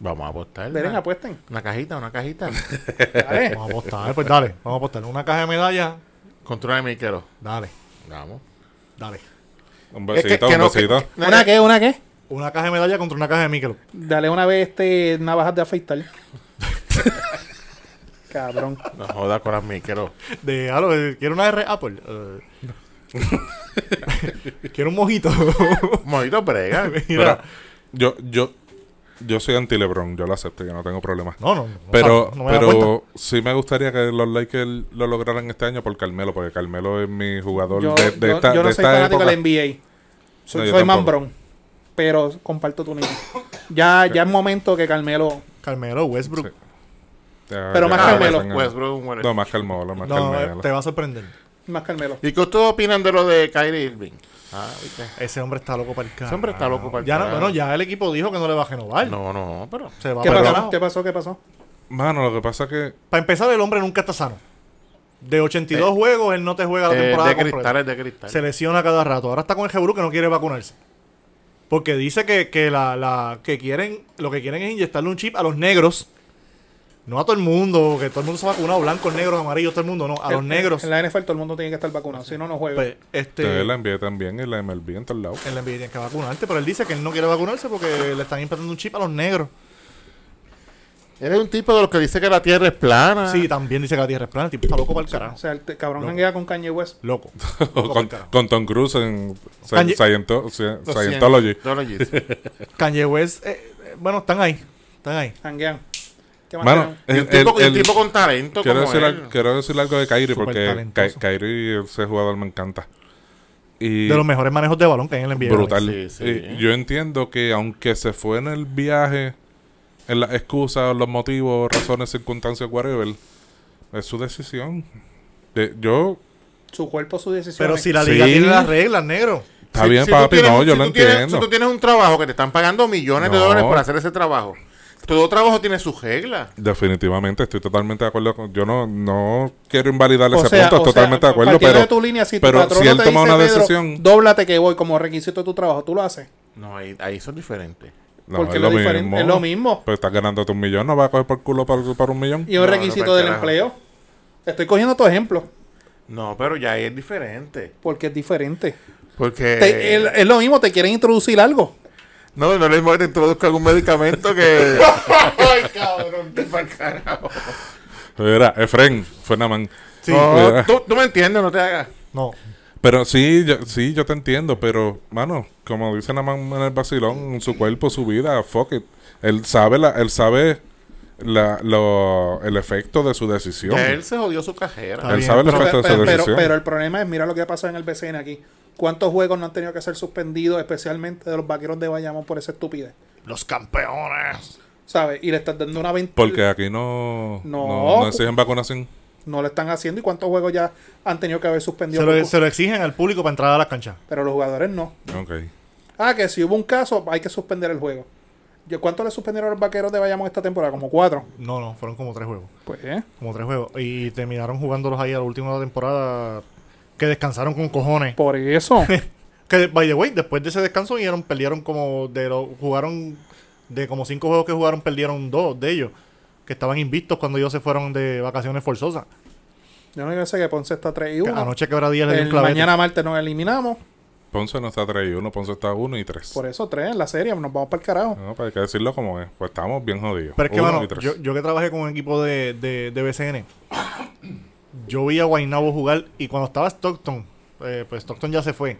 S4: Vamos a apostar.
S1: Veren,
S4: una,
S1: apuesten.
S4: una cajita, una cajita. [laughs]
S2: [laughs]
S1: Dale.
S3: Vamos a apostar, pues dale. Vamos a apostar. Una caja de medallas,
S4: Contra el miquero.
S3: dale,
S4: Vamos.
S3: dale.
S2: Un besito,
S4: que
S2: un
S4: no, que-
S2: besito.
S4: No,
S1: ¿Una qué? ¿Una qué?
S3: Una caja de medallas contra una caja de micro.
S1: Dale una vez este navajas de afeitar. Cabrón.
S4: No jodas con las miqueros.
S3: De algo, eh, quiero una R Apple. Eh, [laughs] quiero un mojito. [laughs]
S2: [laughs]
S4: Mojito brega.
S3: Mira.
S2: Pero yo, yo, yo soy anti LeBron, yo lo acepto, yo no tengo problemas.
S3: no, no, no.
S2: Pero,
S3: no me da cuenta.
S2: pero sí me gustaría que los Lakers lo lograran este año por Carmelo, porque Carmelo es mi jugador
S1: Yo,
S2: de, de
S1: yo-
S2: esta,
S1: yo no
S2: de
S1: soy
S2: esta
S1: fanático
S2: época.
S1: del NBA.
S2: No,
S1: Soy,
S2: yo
S1: soy
S2: tampoco.
S1: mambrón. Pero comparto tu niño. Ya, ya es momento que Carmelo.
S3: Carmelo Westbrook.
S2: Sí. Ya,
S1: Pero
S2: ya
S1: más
S4: Ah,
S1: Carmelo.
S2: están en-
S4: Westbrook, un buen-
S2: No, más Carmelo, más
S3: No, eh,
S2: Carmelo.
S3: te va a sorprender.
S1: Más Carmelo.
S4: ¿Y qué ustedes opinan de lo de Kyrie Irving? Ah, ¿viste?
S3: Ese hombre está loco para el carajo.
S4: hombre está loco para el
S3: ya no-
S4: carajo.
S3: Bueno, ya el equipo dijo que no le va a renovar.
S4: No, no, pero.
S3: Se va
S1: ¿Qué
S3: para el
S1: pasó?
S3: carajo.
S1: ¿Qué pasó? ¿Qué pasó?
S2: Mano, lo que pasa es que
S3: Para empezar, el hombre nunca está sano. De 82 juegos, él no te juega la
S4: Eh,
S3: temporada
S4: de
S3: completa.
S4: cristales, de cristal.
S3: Se lesiona cada rato. Ahora está con el Jebru que no quiere vacunarse. Porque dice que, que la, la- que quieren, lo que quieren es inyectarle un chip a los negros. No a todo el mundo, que todo el mundo se ha vacunado, blancos, negros, amarillos, todo el mundo, no, a los
S1: En-
S4: Este,
S3: negros.
S1: En la NFL todo el mundo tiene que estar vacunado. Si no, no juega.
S3: Pues, este,
S2: te la envié también y la MLB en tal lado.
S3: [laughs] En la NBA tienen que vacunarte, pero él dice que él no quiere vacunarse porque le están implantando un chip a los negros.
S4: Eres un tipo de los que dice que la tierra es plana.
S3: Sí, también dice que la tierra es plana, el tipo está loco para el
S1: o
S3: carajo.
S1: sea, el te- cabrón
S3: Loco.
S1: janguea con Kanye West.
S2: [laughs]
S3: Loco.
S2: O con, con Tom Cruise en Sci-
S3: Kanye-
S2: Sciento- Sci-
S4: Los [laughs]
S2: Scientology.
S4: Scientology, sí.
S3: Kanye West, eh, eh, bueno, están ahí, están ahí.
S1: Janguean. ¿Qué más
S2: Mano,
S1: tenemos?
S4: Y un
S2: el-
S4: tipo, y un
S2: el-
S4: tipo con talento.
S2: quiero,
S4: como
S2: decir
S4: él.
S2: al- quiero decir algo de Kyrie
S3: Súper
S2: porque
S3: talentoso.
S2: Ky- Kyrie, ese jugador me encanta. Y
S3: De los mejores manejos de balón que hay en la NBA.
S2: brutal.
S4: Sí, sí.
S2: Y yo entiendo que aunque se fue en el viaje, en las excusas, los motivos, razones, circunstancias, whatever, es su decisión. De- yo,
S1: Su cuerpo, su decisión.
S3: Pero si la
S2: Sí.
S3: liga tiene las reglas, negro.
S2: está
S4: Si-
S2: bien,
S4: si tú
S2: papi,
S4: tienes-
S2: no, yo
S4: si
S2: lo
S4: tú tienes-
S2: entiendo.
S4: si tú tienes un trabajo que te están pagando millones de
S2: No.
S4: dólares por hacer ese trabajo, todo trabajo tiene sus reglas.
S2: Definitivamente, estoy totalmente de acuerdo. Con, yo no, no quiero invalidar
S1: O
S2: ese
S1: sea,
S2: punto,
S1: o sea,
S2: totalmente de acuerdo,
S1: partiendo
S2: pero,
S1: de tu línea, si tu
S2: pero
S1: patrón
S2: si
S1: no
S2: él
S1: te
S2: toma
S1: dice,
S2: una
S1: Pedro,
S2: decisión,
S1: Dóblate que voy como requisito de tu trabajo. Tú lo haces.
S4: No, ahí, ahí son diferentes.
S2: no,
S1: porque lo diferente- es lo mismo.
S2: Pero estás ganando Pues un millón, no vas a coger por culo para, para un millón.
S1: Y un
S4: No,
S1: requisito
S4: no, para
S1: del
S4: el carajo.
S1: empleo. Estoy cogiendo tu ejemplo.
S4: No, pero ya ahí es diferente.
S1: Porque es diferente.
S4: Porque.
S1: Te- el- es lo mismo, te quieren introducir algo.
S4: No, no es lo mismo que te introduzca algún medicamento que. [laughs] Ay, cabrón, te pa'l carajo.
S2: Era Efren, fue nada más.
S3: Sí.
S4: No,
S2: Mira.
S4: tú, tú me entiendes, no te hagas.
S3: No.
S2: Pero sí, yo, sí, yo te entiendo, pero, mano, como dice Namán en el vacilón, su cuerpo, su vida, fuck it. Él sabe, la, él sabe la, lo, el efecto de su decisión.
S4: Ya
S2: Él,
S4: él se jodió su cajera.
S3: Está bien,
S2: sabe el
S3: pero-
S1: Pero,
S2: efecto de su
S1: pero- pero-
S2: decisión.
S1: pero el problema es, mira lo que ha pasado en el BCN aquí. ¿Cuántos juegos no han tenido que ser suspendidos, especialmente de los vaqueros de Bayamón, por esa estupidez?
S3: Los campeones.
S1: ¿Sabes? Y le están dando una ventaja.
S2: porque aquí no, no.
S1: No.
S2: no exigen vacunación.
S1: No lo están haciendo. ¿Y cuántos juegos ya han tenido que haber suspendido?
S3: Se lo,
S1: por-
S3: se lo exigen al público para entrar a las canchas.
S1: Pero los jugadores no.
S2: Ok.
S1: Ah, que si hubo un caso, hay que suspender el juego. Yo- ¿Cuánto le suspendieron a los vaqueros de Bayamón esta temporada? Como cuatro.
S3: No, no, fueron como tres juegos.
S1: Pues, ¿eh?
S3: Como tres juegos. Y terminaron jugándolos ahí a la última temporada que descansaron con cojones.
S1: Por
S3: [laughs]
S1: eso.
S3: Que, by the way, después de ese descanso vinieron, perdieron como de los, jugaron de como cinco juegos que jugaron, perdieron dos de ellos, que estaban invistos cuando ellos se fueron de vacaciones forzosas.
S1: Yo no yo sé que Ponce está 3 y
S3: Que
S1: 1.
S3: Anoche quebradía le dio un
S1: El
S3: clavete.
S1: mañana martes nos eliminamos.
S2: Ponce no está 3 y 1, Ponce está 1 y 3.
S1: Por eso tres en la serie, nos vamos para el carajo.
S2: No, para hay que decirlo como es. Pues estamos bien jodidos.
S3: Pero es que,
S2: Uno
S3: mano,
S2: y tres.
S3: yo, yo que trabajé con un equipo de, de, de BCN, yo vi a Guaynabo jugar y cuando estaba Stockton, eh, pues Stockton ya se fue.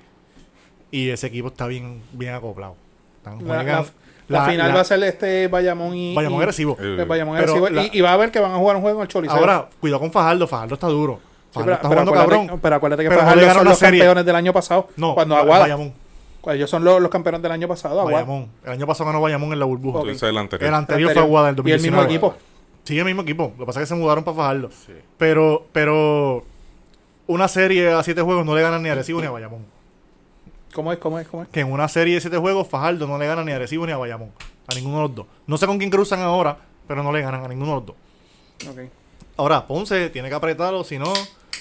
S3: Y ese equipo está bien, bien acoplado. Están-
S1: La,
S3: juegan-
S1: la- la
S3: la-
S1: final
S3: la-
S1: va a ser este Bayamón y.
S3: Bayamón
S1: y-
S3: agresivo.
S2: Eh,
S1: eh, Bayamón
S3: Pero
S1: agresivo.
S3: la-
S1: y, y va a ver que van a jugar un juego en el Choliseo.
S3: Ahora, cuidado con Fajardo. Fajardo está duro.
S1: Sí,
S3: Fajardo
S1: pero,
S3: está
S1: pero
S3: jugando
S1: acuérdate,
S3: cabrón.
S1: pero acuérdate que
S3: Pero no le
S1: Fajardo
S3: ganó
S1: son
S3: la
S1: los
S3: serie.
S1: campeones del año pasado.
S3: No,
S1: cuando
S3: Ba-
S1: Aguada.
S3: Bayamón.
S1: Cuando ellos son los, los campeones del año pasado. Aguada.
S3: Bayamón. El año pasado ganó Bayamón en la burbuja.
S1: Ok.
S2: Ese es el anterior.
S3: El anterior fue Aguada el
S1: Y el mismo
S3: 2019.
S1: equipo.
S3: Sí, el mismo equipo. Lo que pasa es que se mudaron para Fajardo.
S4: Sí.
S3: Pero, pero una serie a siete juegos no le ganan ni a Arecibo ni a Bayamón.
S1: ¿Cómo es? ¿Cómo es? ¿Cómo es?
S3: Que en una serie de siete juegos Fajardo no le gana ni a Arecibo ni a Bayamón. A ninguno de los dos. No sé con quién cruzan ahora, pero no le ganan a ninguno de los dos.
S1: Ok.
S3: Ahora, Ponce tiene que apretarlo, si no...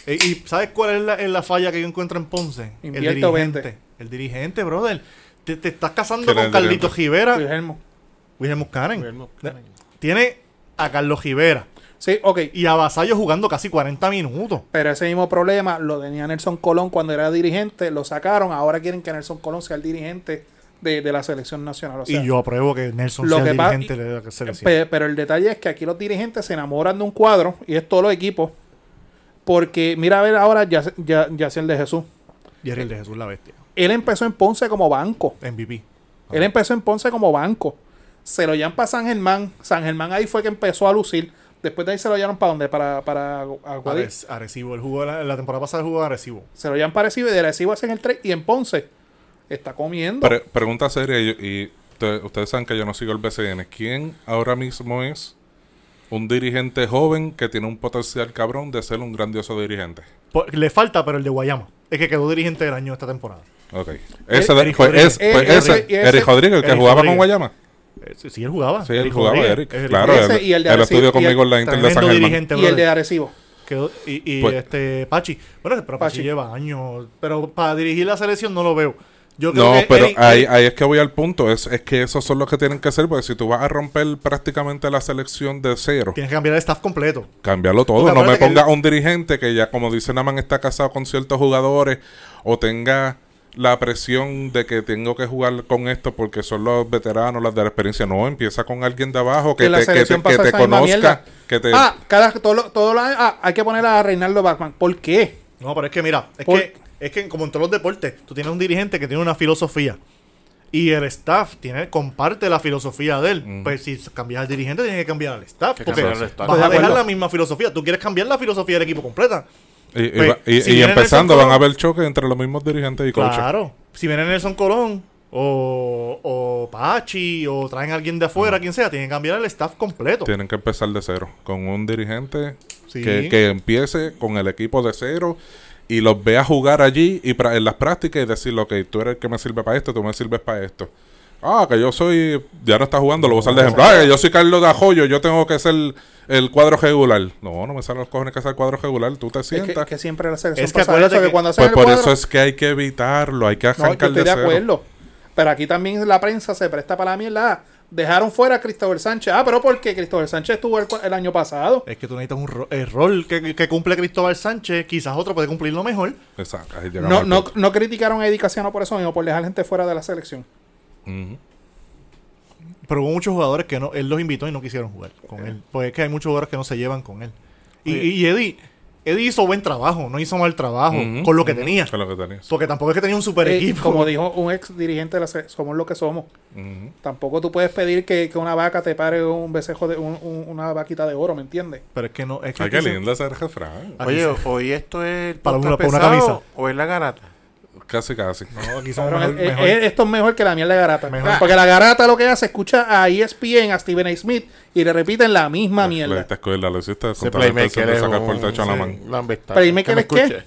S3: eh, ¿Y sabes cuál es la, es la falla que yo encuentro en Ponce?
S1: Invierte o vende.
S3: El dirigente, brother. Te, te estás casando
S2: ¿Quién es
S3: con
S2: el
S3: Carlito
S2: dirigente?
S3: Rivera.
S1: Guillermo.
S3: William
S4: Miguel
S3: Muscaren.
S4: Moscán.
S3: Tiene a Carlos Rivera
S1: Sí, ok.
S3: y a Basayo jugando casi 40 minutos.
S1: Pero ese mismo problema lo tenía Nelson Colón cuando era dirigente, lo sacaron, ahora quieren que Nelson Colón sea el dirigente de, de la selección nacional. O sea,
S3: y yo apruebo que Nelson
S1: lo
S3: sea el
S1: que pa-
S3: dirigente de
S2: eh,
S3: la selección.
S2: pues,
S1: pe- pero el detalle es que aquí los dirigentes se enamoran de un cuadro, y es todos los equipos, porque mira a ver ahora ya, ya, Yacel de Jesús.
S3: Jerry
S2: eh,
S3: el de Jesús la Bestia.
S1: Él empezó en Ponce como banco.
S3: MVP.
S1: Él empezó en Ponce como banco. Se lo llevan para San Germán. San Germán ahí fue que empezó a lucir. Después de ahí se lo llevaron para dónde? Para, para Aguadilla.
S3: Ares- Arecibo. El jugó la, la temporada pasada jugó a Arecibo.
S1: Se lo llevan parecido y de Arecibo hacen el 3 y en Ponce está comiendo.
S2: Pre- pregunta seria y, y te- ustedes saben que yo no sigo el BCN. ¿Quién ahora mismo es un dirigente joven que tiene un potencial cabrón de ser un grandioso dirigente?
S3: Por- le falta, pero el de Guayama. Es que quedó dirigente del año esta temporada.
S2: Ok. Ese, de-
S3: Eh, Eric
S2: pues,
S3: Rodríguez.
S2: es- pues
S1: Eric
S2: ese,
S1: Rodríguez. Y ese-
S2: Eric Rodríguez, el que
S3: Eric
S2: jugaba
S3: Rodríguez.
S2: con Guayama.
S3: Eh, sí, sí, él jugaba.
S2: Sí, él
S3: Eric
S2: jugaba,
S3: Rodríguez.
S2: Eric.
S3: Es Eric
S2: claro,
S1: Rodríguez.
S2: él,
S1: Ese y el de
S2: él
S1: Arecibo.
S2: estudió
S1: Y el-
S2: conmigo en la Inter de
S3: tremendo
S2: San Germán.
S3: dirigente,
S1: y el de
S3: brother.
S1: Arecibo.
S3: Quedó- y y
S2: Pues-
S3: este Pachi. Bueno, pero Pachi.
S1: Pachi.
S3: lleva años. Pero para dirigir la selección no lo veo. Yo creo
S2: No,
S3: que
S2: pero
S3: Eric-
S2: ahí,
S3: Eric-
S2: ahí es que voy al punto. Es, es que esos son los que tienen que ser, porque si tú vas a romper prácticamente la selección de cero,
S3: tienes que cambiar el staff completo.
S2: Cambiarlo todo.
S3: Porque
S2: no me
S3: acuérdate que
S2: ponga
S3: el-
S2: a un dirigente que ya, como dice Naman, está casado con ciertos jugadores o tenga la presión de que tengo que jugar con esto porque son los veteranos, las de la experiencia. No, empieza con alguien de abajo que,
S1: Que la
S2: te, que
S1: selección
S2: te- que
S1: pasó
S2: te
S1: esa misma
S2: conozca.
S1: mierda.
S2: Que te...
S1: Ah, cada, todo, lo- todo lo- ah, hay que poner a Reinaldo Bachman. ¿Por qué?
S3: No, pero es que mira, es
S1: Por-
S3: que es que como en todos los deportes, tú tienes un dirigente que tiene una filosofía y el staff tiene comparte la filosofía de él. Pues si cambias al dirigente, tienes que cambiar al staff,
S4: Que
S3: porque
S4: cambiar al
S3: vas
S4: staff.
S3: a
S1: Estoy de
S3: dejar
S1: acuerdo.
S3: la misma filosofía. Tú quieres cambiar la filosofía del equipo completa.
S2: y, y
S3: pues,
S2: va- y-
S3: si
S2: y
S3: viene
S2: empezando,
S3: Nelson
S2: van a haber choques entre los mismos dirigentes y coaches.
S3: Claro. Si viene Nelson Colón o, o Pachi o traen a alguien de afuera, quien sea, tienen que cambiar el staff completo.
S2: Tienen que empezar de cero. Con un dirigente
S3: Sí.
S2: que, que empiece con el equipo de cero y los vea jugar allí y pra- en las prácticas y decirle, ok, tú eres el que me sirve para esto, tú me sirves para esto. Ah, que yo soy, ya no está jugando, lo voy a usar de ejemplo. Ah, que yo soy Carlos de Ajoyo, yo tengo que ser el cuadro regular. No, no me salen los cojones que sea el cuadro regular, tú te
S1: Es que,
S2: sientas.
S1: que siempre la selección
S3: Es que
S1: pasa
S3: acuérdate
S1: eso, que
S3: que-
S1: cuando hacen
S2: pues
S1: el
S2: por
S1: cuadro-
S2: eso es que hay que evitarlo, hay que
S1: No, yo
S2: arrancar
S1: estoy
S2: de
S1: de
S2: cero.
S1: acuerdo. Pero aquí también la prensa se presta para la mierda. Ah, Dejaron fuera a Cristóbal Sánchez. Ah, pero porque Cristóbal Sánchez estuvo el, cu- el año
S2: Eh,
S1: pasado.
S3: Es que tú necesitas un ro- el rol que, que cumple Cristóbal Sánchez, quizás otro puede cumplirlo mejor.
S2: Exacto, ahí llegamos
S1: No,
S2: al
S1: no,
S2: punto.
S1: no criticaron a Eddie Casiano por eso mismo, por dejar gente fuera de la selección.
S2: Ujú.
S3: Pero hubo muchos jugadores que no, él los invitó y no quisieron jugar con él. Pues es que hay muchos jugadores que no se llevan con él. Y, y Eddie, Eddie hizo buen trabajo, no hizo mal trabajo
S2: Ujú,
S3: con lo que
S2: ujú,
S3: tenía.
S2: Con lo que tenías.
S3: Porque tampoco es que tenía un super
S1: Eh,
S3: equipo.
S1: como dijo un ex dirigente de la selección, somos lo que somos.
S2: Ujú.
S1: Tampoco tú puedes pedir que, que una vaca te pare un besejo de un- un- una vaquita de oro, ¿me entiendes?
S3: Pero es que no, es que
S2: Ay, qué
S3: aquí se-
S2: lindo ese refrán.
S1: Ah.
S3: aquí
S4: Oye,
S3: se-
S4: hoy esto es el
S3: ah, Para una-
S4: podcast
S3: para una
S4: pesado
S3: camisa.
S4: o es la garata.
S2: Casi, casi.
S3: no, aquí somos
S1: Cabrón,
S3: mejor-
S1: eh,
S3: mejor.
S1: eh, esto es mejor que la mierda de garata.
S3: Mejor.
S1: Porque la garata lo que hace, escucha a E ESPN, a Steven A. Smith y le repiten la
S3: Pues,
S1: misma
S2: Le
S1: Ah, mierda.
S2: diste Pues, escuela, lo hiciste con
S4: Ese
S2: talento,
S4: playmaker
S2: se
S4: es
S2: saca el
S4: un-
S2: portacho a la
S4: sí,
S2: mano.
S4: un lambestazo.
S1: ¿Playmaker
S4: Que me
S1: es qué?
S4: escuche.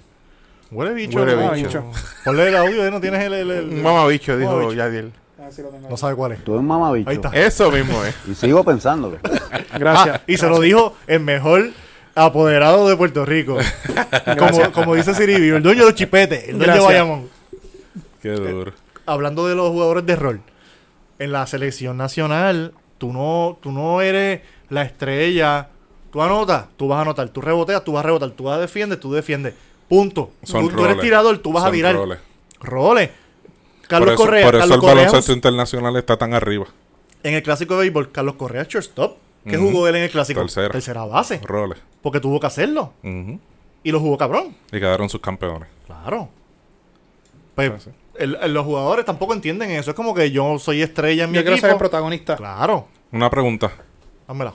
S3: Huele bicho.
S4: Huele
S3: no,
S4: bicho.
S3: Ponle el audio, eh, no tienes el... el- el-
S4: Un mamabicho, dijo
S3: Mamabicho.
S4: Yadiel.
S1: A ver si Ah, lo tengo
S3: no
S1: aquí.
S3: sabe cuál es.
S5: Tú eres un mamabicho.
S3: Ahí está.
S4: [laughs] Eso mismo es.
S5: Y sigo pensándolo.
S1: Gracias.
S3: Ah, y se lo dijo el mejor apoderado de Puerto Rico. como, como dice Siribio, el dueño de Chipete, el dueño de
S1: Gracias.
S3: Bayamón.
S2: Qué
S3: Eh,
S2: duro.
S3: hablando de los jugadores de rol, en la selección nacional, tú no, tú no eres la estrella. Tú anotas, tú vas a anotar, tú reboteas, tú vas a rebotar, tú vas a defiendes, tú defiendes. Punto.
S2: Son
S3: tú, tú eres
S2: roles.
S3: tirador, tú vas a
S2: Son
S3: tirar.
S2: roles.
S3: Roles. Carlos
S2: por eso,
S3: Correa.
S2: por eso
S3: Carlos
S2: el
S3: Correa
S2: baloncesto internacional está tan arriba.
S3: En el clásico de béisbol, Carlos Correa, shortstop. ¿Qué
S2: Ujú.
S3: jugó él en el clásico?
S2: Tercera.
S3: base.
S2: Roles.
S3: Porque tuvo que hacerlo.
S2: Ujú.
S3: Y lo jugó cabrón.
S2: Y quedaron sus campeones.
S3: Claro. Pues
S2: Ah, sí.
S3: el- el- los jugadores tampoco entienden eso. Es como que yo soy estrella en mi
S1: Yo quiero
S3: equipo.
S1: ser el protagonista.
S3: Claro.
S2: Una pregunta.
S3: Dámela.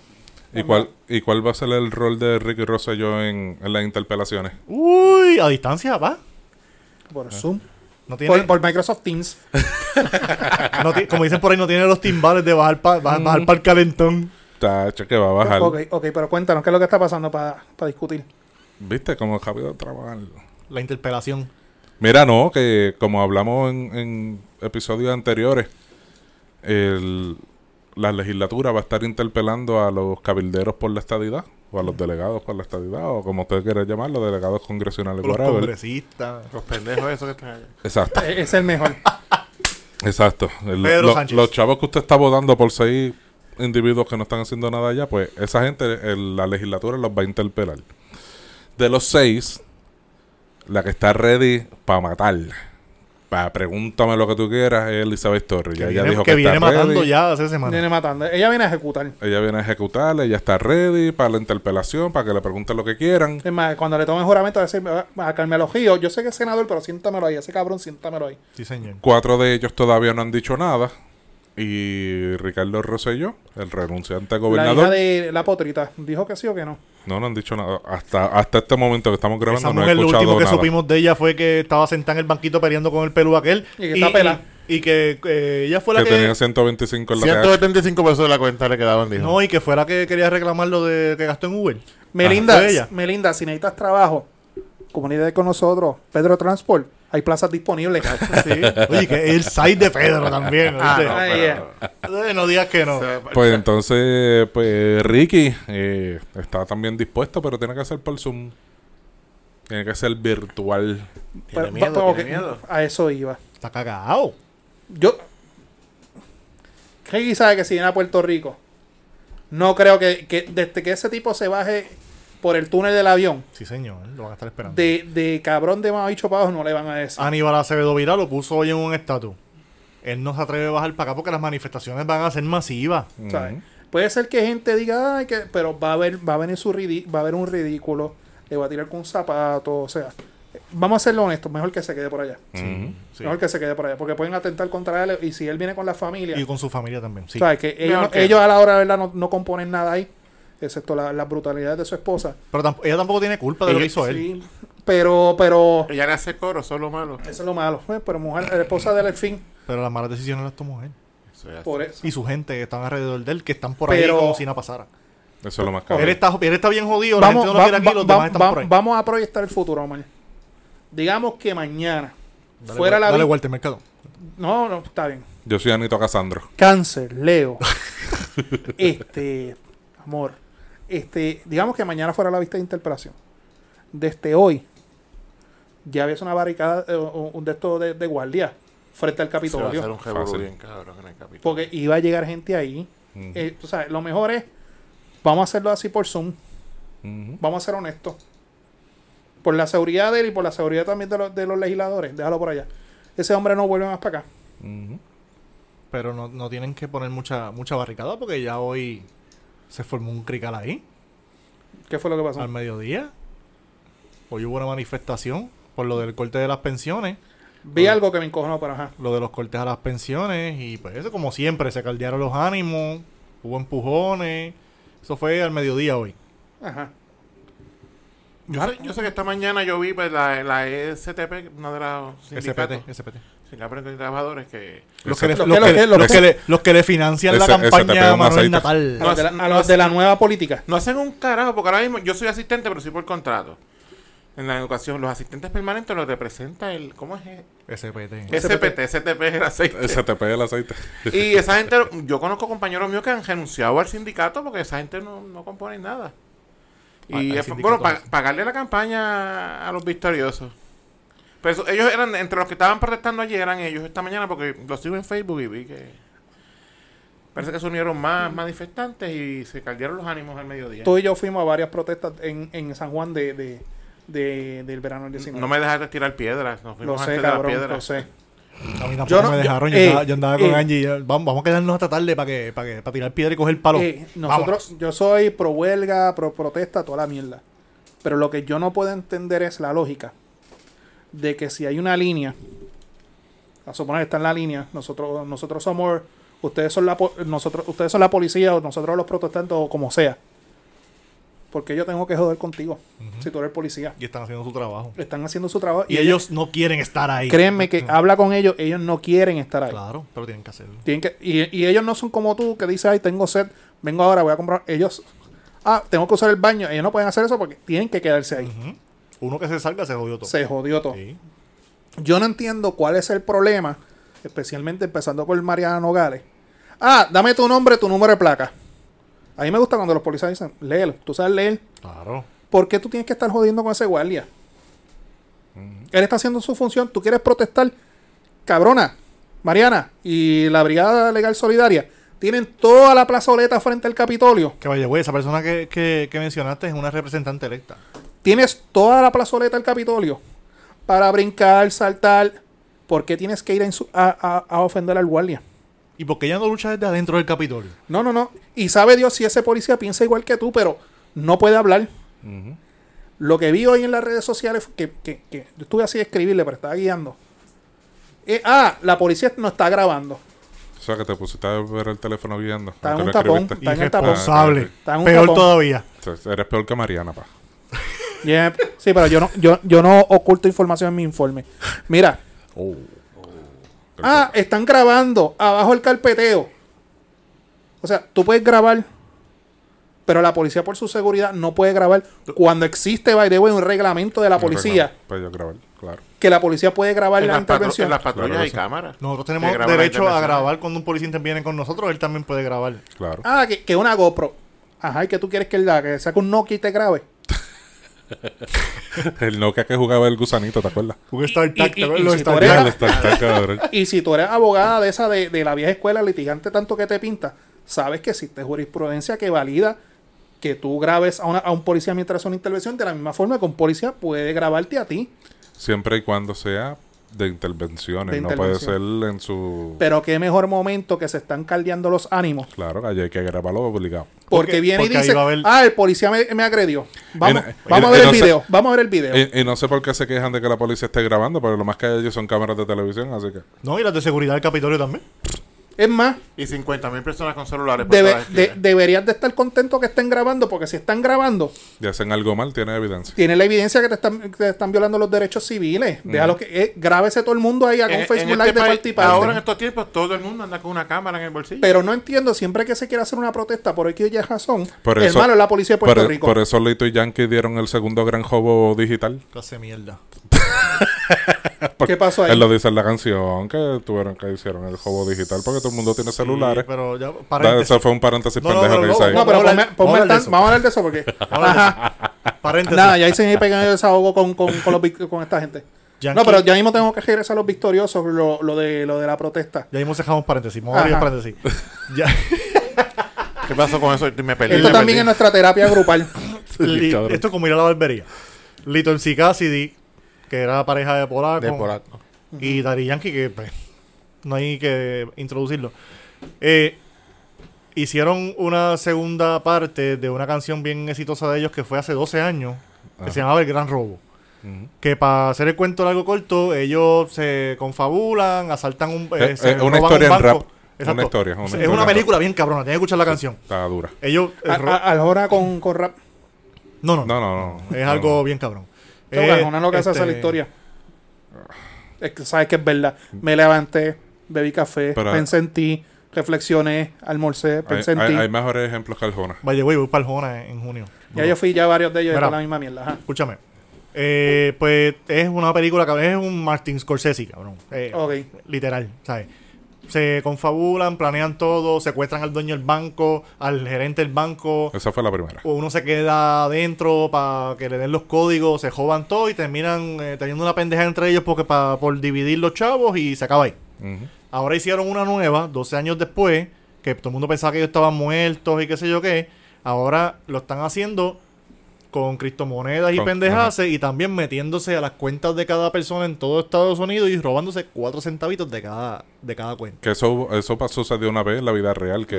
S2: ¿Y cuál, ¿Y cuál va a ser el rol de Ricky Rosselló en, en las interpelaciones?
S3: Uy, a distancia, va.
S1: Por Zoom.
S3: No Ah. tiene,
S1: Por, por Microsoft Teams.
S3: no ti- como dicen por ahí, no tiene los timbales de bajar para
S2: Mm.
S3: bajar pa el calentón.
S2: Tacho, que va a bajar.
S1: Ok, ok, pero cuéntanos qué es lo que está pasando para discutir.
S2: ¿Viste cómo es rápido trabajar?
S3: La interpelación.
S2: Mira, no, que como hablamos en, en episodios anteriores, el- la legislatura va a estar interpelando a los cabilderos por la estadidad, o a los delegados por la estadidad, o como usted quiera llamarlo, delegados congresionales.
S3: Los
S2: whatever.
S3: congresistas.
S4: Los pendejos esos que están allá.
S2: Exacto,
S1: E- Es el
S3: [laughs]
S1: mejor.
S2: exacto. El-
S3: Pedro
S2: lo-
S3: Sánchez.
S2: Los chavos que usted está votando por seis individuos que no están haciendo nada allá, pues esa gente, el- la legislatura los va a interpelar. De los seis, la que está ready para matar. Pa, pregúntame lo que tú quieras, es Elizabeth Torres.
S3: Que
S2: Ya ella
S3: viene,
S2: dijo
S3: que
S2: que,
S3: viene
S2: está
S3: matando
S2: ready.
S3: ya hace semanas.
S1: Viene matando. Ella viene a ejecutar.
S2: Ella viene a ejecutar, ella está ready para la interpelación, para que le pregunten lo que quieran.
S1: Es más, cuando le tomen juramento a decir a a Carmelo Gio, yo sé que es senador, pero siéntamelo ahí, ese cabrón, siéntamelo ahí.
S3: Sí, señor.
S2: Cuatro de ellos todavía no han dicho nada. Y Ricardo Rosselló, el renunciante
S1: La
S2: gobernador.
S1: hija de la potrita dijo que sí o que no.
S2: No, no han dicho nada. Hasta, hasta este momento que estamos grabando
S3: Esa
S2: no he
S3: mujer, lo
S2: escuchado
S3: último que
S2: nada.
S3: supimos de ella fue que estaba sentada en el banquito peleando con el pelú aquel.
S1: Y que está pela.
S3: y que eh, ella fue la
S2: que
S3: que.
S2: tenía 125 en la TH.
S4: 175 pesos de la cuenta le quedaban, dijo.
S3: No, y que fuera que quería reclamar lo de que gastó en Uber.
S1: Melinda,
S3: Fue ella.
S1: Melinda, si necesitas trabajo, comunidad con nosotros, Pedro Transport, hay plazas disponibles.
S3: Sí. Oye, que el side de Pedro también. ¿oíste?
S1: Ah, yeah.
S3: Eh, no digas que no.
S4: O sea,
S2: Pues entonces, pues Ricky eh, está también dispuesto, pero tiene que ser por Zoom. Tiene que ser virtual.
S1: Pero-
S3: Pues,
S4: miedo,
S1: pero-
S4: tiene
S1: ok,
S4: miedo.
S1: A eso iba.
S3: Está cagado.
S1: Yo. Ricky sabe que si viene a Puerto Rico, no creo que, que desde que ese tipo se baje por el túnel del avión,
S3: Sí, señor. Lo van a estar esperando.
S1: de, de cabrón de mamabicho para abajo no le van a decir.
S3: Aníbal Acevedo Vila lo puso hoy en un estatus. Él no se atreve a bajar para acá porque las manifestaciones van a ser masivas.
S1: ¿sabes?
S2: Ujú.
S1: Puede ser que gente diga, "Ay, que-", pero va a haber, va a venir su ridi- va a haber un ridículo, le va a tirar con un zapato, o sea, vamos a serlo honestos, mejor que se quede por allá.
S2: Ujú.
S3: Sí.
S1: Mejor que se quede por allá, porque pueden atentar contra él y si él viene con la familia,
S3: Y con su familia también. Sí.
S1: ¿sabes? Que ellos,
S4: Mejor
S1: no-
S4: que-
S1: ellos a la hora de verdad no, no componen nada ahí, excepto la- las brutalidades de su esposa.
S3: Pero tamp- ella tampoco tiene culpa de lo
S4: Ella-
S3: que hizo él.
S1: Sí, pero, pero,
S4: Ella le hace coro, son los malos.
S1: eso es lo malo, eh, pero mujer, la esposa de él, el fin,
S3: Pero las malas decisiones las tomó él.
S1: por eso.
S3: Y su gente que están alrededor de él, que están por
S1: Pero-
S3: ahí como si nada pasara.
S2: Eso es lo más
S3: Él
S2: cabrón.
S3: está, él está bien jodido, la
S1: vamos,
S3: gente no
S1: va-
S3: lo quiere aquí,
S1: va-
S3: los
S1: va-
S3: demás están
S1: va-
S3: por ahí.
S1: vamos a proyectar el futuro, Omar. Digamos que mañana
S3: Dale,
S1: fuera
S3: Wal-
S1: la
S3: Dale
S1: vi-
S3: vuelta al mercado.
S1: No, no, está bien.
S2: Yo soy Anito Casandro.
S1: Cáncer, Leo. [laughs] este, amor. Este, digamos que mañana fuera la vista de interpelación. Desde hoy ya había una barricada, eh, un un de estos de, de guardia frente al
S4: Se va a hacer
S1: Capitolio.
S4: un revolú
S2: Fácil.
S4: bien cabrón en el Capitolio.
S1: Porque iba a llegar gente ahí.
S2: Ujú.
S1: Eh, tú sabes, lo mejor es, vamos a hacerlo así por Zoom.
S2: Ujú.
S1: Vamos a ser honestos. Por la seguridad de él y por la seguridad también de los, de los legisladores. Déjalo por allá. Ese hombre no vuelve más para acá.
S2: Ujú.
S3: Pero no, no tienen que poner mucha, mucha barricada porque ya hoy se formó un crical ahí,
S1: ¿Qué fue lo que
S3: al
S1: pasó?
S3: mediodía. Hoy hubo una manifestación por lo del corte de las pensiones,
S1: Vi algo que me encojonó, pero ajá.
S3: lo de los cortes a las pensiones y pues eso como siempre, se caldearon los ánimos, hubo empujones. Eso fue al mediodía hoy.
S1: Ajá.
S4: Yo sé, yo sé que esta mañana yo vi pues, la, la STP, una de las sindicatos,
S3: SPT, SPT.
S4: sindicatos de trabajadores que...
S3: Los que, le,
S1: Los
S3: los
S1: que-
S3: que le-
S1: los
S3: los
S1: que-
S3: que le- los que le financian la
S2: Ese- ese te
S3: campaña
S2: pega
S3: a
S2: un
S3: Manuel
S2: aceite.
S3: Natal.
S1: A los de la, a los de la nueva política.
S4: No hacen un carajo, porque ahora mismo yo soy asistente, pero sí por contrato. En la educación, los asistentes permanentes los representa el... ¿Cómo es?
S3: SPT.
S4: SPT, STP es el aceite.
S2: Se te pega el aceite.
S4: Y esa gente, yo conozco compañeros míos que han renunciado al sindicato porque esa gente no, no compone nada.
S3: Ah,
S4: Y
S3: al
S4: es-
S3: sindicato.
S4: bueno, pa- pagarle la campaña a los victoriosos. Pero eso- ellos eran, entre los que estaban protestando ayer, eran ellos esta mañana porque los sigo en Facebook y vi que. Parece que se unieron más manifestantes y se caldearon los ánimos al mediodía.
S1: Tú y yo fuimos a varias protestas en, en San Juan de, de- de- del verano del 19.
S4: No me dejaste tirar piedras, nos
S1: lo
S4: fuimos
S1: sé,
S4: antes de las
S1: cabrón, lo
S4: piedras.
S1: sé.
S3: A mí tampoco
S1: Yo no-
S3: me
S1: yo-
S3: dejaron. Yo,
S1: eh,
S3: andaba, yo andaba con
S1: eh.
S3: Angie. yo, vamos, vamos a quedarnos hasta tarde para que, para que, para tirar piedra y coger palo.
S1: Eh, nosotros, yo soy pro huelga, pro protesta, toda la mierda. Pero lo que yo no puedo entender es la lógica de que si hay una línea, a suponer que está en la línea, nosotros, nosotros somos, ustedes son la po- nosotros, ustedes son la policía, o nosotros los protestantes, o como sea. Porque yo tengo que joder contigo, si tú eres policía.
S3: Y están haciendo su trabajo.
S1: Están haciendo su trabajo
S3: Y, ellos no quieren estar ahí.
S1: créanme que habla con ellos, ellos no quieren estar ahí.
S3: Claro, pero tienen que hacerlo.
S1: Tienen que, y, y ellos no son como tú que dices, ay, tengo sed, vengo ahora, voy a comprar. Ellos, ah, tengo que usar el baño. Ellos no pueden hacer eso porque tienen que quedarse ahí.
S3: Ujú. Uno que se salga se jodió todo.
S1: Se jodió todo.
S3: Sí.
S1: Yo no entiendo cuál es el problema, especialmente empezando por Mariana Nogales. Ah, dame tu nombre, tu número de placa. A mí me gusta cuando los policías dicen, léelo, tú sabes leer.
S3: Claro.
S1: ¿Por qué tú tienes que estar jodiendo con ese guardia? Él está haciendo su función, tú quieres protestar. Cabrona, Mariana y la Brigada Legal Solidaria tienen toda la plazoleta frente al Capitolio.
S3: Que vaya, güey, esa persona que, que, que mencionaste es una representante electa.
S1: Tienes toda la plazoleta del Capitolio para brincar, saltar. ¿Por qué tienes que ir a, insu- a- a- a ofender al guardia?
S3: ¿Y por qué ella no lucha desde adentro del Capitolio?
S1: No, no, no. Y sabe Dios si ese policía piensa igual que tú, pero no puede hablar.
S2: Ujú.
S1: Lo que vi hoy en las redes sociales, fue que, que- que yo estuve así de escribirle, pero estaba guiando. Eh, ah, la policía no está grabando.
S2: [laughs] O sea, que te pusiste a ver el teléfono guiando.
S1: Está en
S2: aunque
S1: un
S2: lo
S1: tapón.
S2: escribiste.
S1: Está en el tapón.
S3: Irresponsable.
S1: Está en un
S3: Peor
S1: tapón.
S3: todavía.
S2: O sea, Eres peor que Mariana, pa.
S1: Yep. Sí, pero yo no, yo, yo no oculto información en mi informe.
S4: [laughs]
S1: Mira. Ah, están grabando abajo el carpeteo. O sea, tú puedes grabar, pero la policía por su seguridad no puede grabar. Cuando existe, by the way, un reglamento de la policía
S2: Pues yo grabar, claro.
S1: que la policía puede grabar
S4: En
S1: la
S4: las, patru-
S1: intervención.
S4: en las patrullas
S2: Claro que
S4: hay
S2: sí.
S4: cámaras.
S3: Nosotros
S4: Que
S3: tenemos
S4: graban
S3: derecho
S4: las
S3: a
S4: intervenciones.
S3: grabar cuando un policía interviene con nosotros. Él también puede grabar.
S2: Claro.
S1: Ah, que, que una GoPro. Ajá, y que tú quieres que él la- que saque un Nokia y te grabe.
S2: El Nokia que jugaba el gusanito, ¿te acuerdas?
S3: Un StarTac,
S1: y-
S3: ¿te acuerdas?
S1: y
S3: Los
S1: si tú
S3: StarTac.
S1: eres-
S2: El StarTac, cabrón.
S1: Y si tú eres abogada de esa de, de la vieja escuela, litigante tanto que te pinta, sabes que existe jurisprudencia que valida que tú grabes a, una- a un policía mientras hace una intervención, de la misma forma que un policía puede grabarte a ti.
S2: Siempre y cuando sea de intervenciones.
S1: De
S2: no
S1: intervención.
S2: puede ser en su...
S1: Pero qué mejor momento que se están caldeando los ánimos.
S2: Claro, allá hay que grabarlo obligado.
S1: Porque
S3: Porque-
S1: viene
S3: porque
S1: y
S3: ahí
S1: dice,
S3: va a haber-
S1: ah, el policía me, me agredió. Vamos,
S2: En-
S1: vamos
S2: en-
S1: a ver
S2: en
S1: el
S2: ese-
S1: video, vamos a ver el video.
S3: eh,
S2: Y, y no sé por qué se quejan de que la policía esté grabando, pero lo más que hay ellos son cámaras de televisión, así que...
S3: No, y las de seguridad del Capitolio también.
S1: es más,
S4: Y 50.000 personas con celulares. por
S1: debe-
S4: todas las
S1: de-
S4: esquinas.
S1: deberías de estar contento que estén grabando, porque si están grabando,
S2: Si hacen algo mal, tiene evidencia.
S1: tiene la evidencia que te están, que te están violando los derechos civiles. Déjalo que eh, grábese todo el mundo ahí, haga
S4: En-
S1: un
S4: en
S1: Facebook
S4: este
S1: Live de
S4: país,
S1: parte y parte.
S4: Ahora en estos tiempos todo el mundo anda con una cámara en el bolsillo.
S1: Pero no entiendo, siempre que se quiere hacer una protesta por X o Y razón,
S2: Por
S1: el
S2: eso-
S1: malo es la policía de Puerto
S2: por, e-,
S1: Rico.
S2: por eso Lito y Yankee dieron el segundo gran jobo digital.
S3: Clase de mierda.
S1: ¿Qué pasó ahí?
S2: Él lo dice en la canción que tuvieron que hicieron el jobo digital porque todo el mundo tiene celulares.
S3: Sí, pero ya,
S2: Da-
S3: paréntesis.
S2: Eso fue un paréntesis
S3: No, no,
S2: pendejo
S3: pero
S2: que
S3: luego-
S2: hice ahí.
S1: no, pero
S3: Vamos a
S1: ponme,
S3: hablar-
S1: ponme
S3: vamos a
S1: el
S3: hablar de
S1: tan-
S3: eso.
S1: vamos a hablar de eso porque
S3: Paréntesis. Paréntesis.
S1: nada, ya hice mi pequeño desahogo con, con, con los vic- con esta gente.
S3: Yankee.
S1: No, pero ya mismo tengo que regresar a los victoriosos lo, lo de lo de la protesta.
S3: Ya hemos dejado un paréntesis. Vamos a abrir
S1: Ajá.
S3: paréntesis.
S1: [laughs]
S3: Ya.
S4: ¿Qué pasó con eso? Me perdí.
S1: Esto
S4: me
S1: también es
S4: perdí.
S1: nuestra terapia grupal.
S3: Li-
S2: cabrón.
S3: esto es como ir a la barbería. Lito MC Cassidy, que era la pareja de Polaco.
S4: De por acá.
S3: Y Dari Yankee, que pues, no hay que introducirlo. Eh, hicieron una segunda parte de una canción bien exitosa de ellos que fue hace 12 años, que se llamaba El Gran Robo.
S2: Ujú.
S3: Que para hacer el cuento largo corto, ellos se confabulan, asaltan un.
S2: Eh,
S3: se
S2: eh, una
S3: roban
S2: historia en
S3: banco.
S2: rap. Una historia, una
S3: es
S2: historia
S3: una
S2: en
S3: película bien cabrona, tienes que escuchar la canción.
S2: Está dura.
S3: Ellos. [laughs] el ro-
S1: Aljona con, con rap.
S3: no, no,
S2: ah, No, no, no.
S3: Es
S2: No,
S3: algo
S2: no.
S3: bien cabrón.
S1: No,
S3: Eh,
S1: Aljona lo que hace
S3: este,
S1: es la historia. Es que sabes que es verdad. Me levanté, bebí café,
S2: Pero-
S1: pensé en ti, reflexioné, almorcé,
S2: Hay,
S1: pensé en
S2: hay-
S1: ti.
S2: hay mejores ejemplos que Arjona.
S3: Vaya, güey, voy para Jona en junio.
S1: Ya yo fui ya varios de ellos y
S3: Mira.
S1: con la misma mierda. ajá.
S3: Escúchame. Eh, pues es una película, cabrón. Es un Martin Scorsese, cabrón. Eh,
S1: Ok.
S3: Literal, ¿sabes? Se confabulan, planean todo, secuestran al dueño del banco, al gerente del banco.
S2: Esa fue la primera.
S3: Uno se queda adentro para que le den los códigos, se jodan todo y terminan eh, teniendo una pendeja entre ellos porque pa- por dividir los chavos y se acaba ahí.
S2: Ujú.
S3: Ahora hicieron una nueva, 12 años después, que todo el mundo pensaba que ellos estaban muertos y qué sé yo qué. Ahora lo están haciendo con criptomonedas y
S2: Con-
S3: pendejadas y también metiéndose a las cuentas de cada persona en todo Estados Unidos y robándose cuatro centavitos de cada, de cada cuenta.
S2: Que eso, eso pasó, sucedió una vez en la vida real, que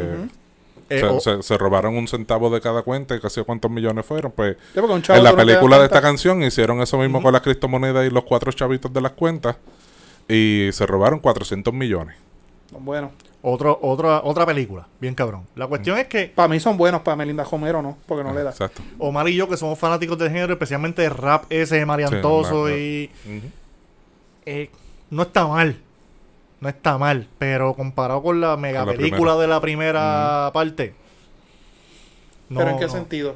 S3: Eh,
S2: se,
S3: o-
S2: se- se robaron un centavo de cada cuenta y casi cuántos millones fueron. Pues
S1: Sí, porque un chavo
S2: en la
S1: tú no te das
S2: película de
S1: cuenta.
S2: esta canción hicieron eso mismo con las criptomonedas y los cuatro chavitos de las cuentas y se robaron 400 millones.
S1: Bueno,
S3: otro- otra, otra película, bien cabrón. La cuestión es que
S1: para mí son buenos, para Melinda Homero no, porque no le da.
S2: Exacto.
S3: Omar y yo, que somos fanáticos del género, especialmente de rap ese mariantoso
S2: Sí,
S3: y...
S2: Ujú.
S3: eh, no está mal. No está mal. Pero comparado con la mega
S2: Con la
S3: película
S2: primera.
S3: de la primera parte. no,
S1: Pero en qué
S3: no.
S1: sentido?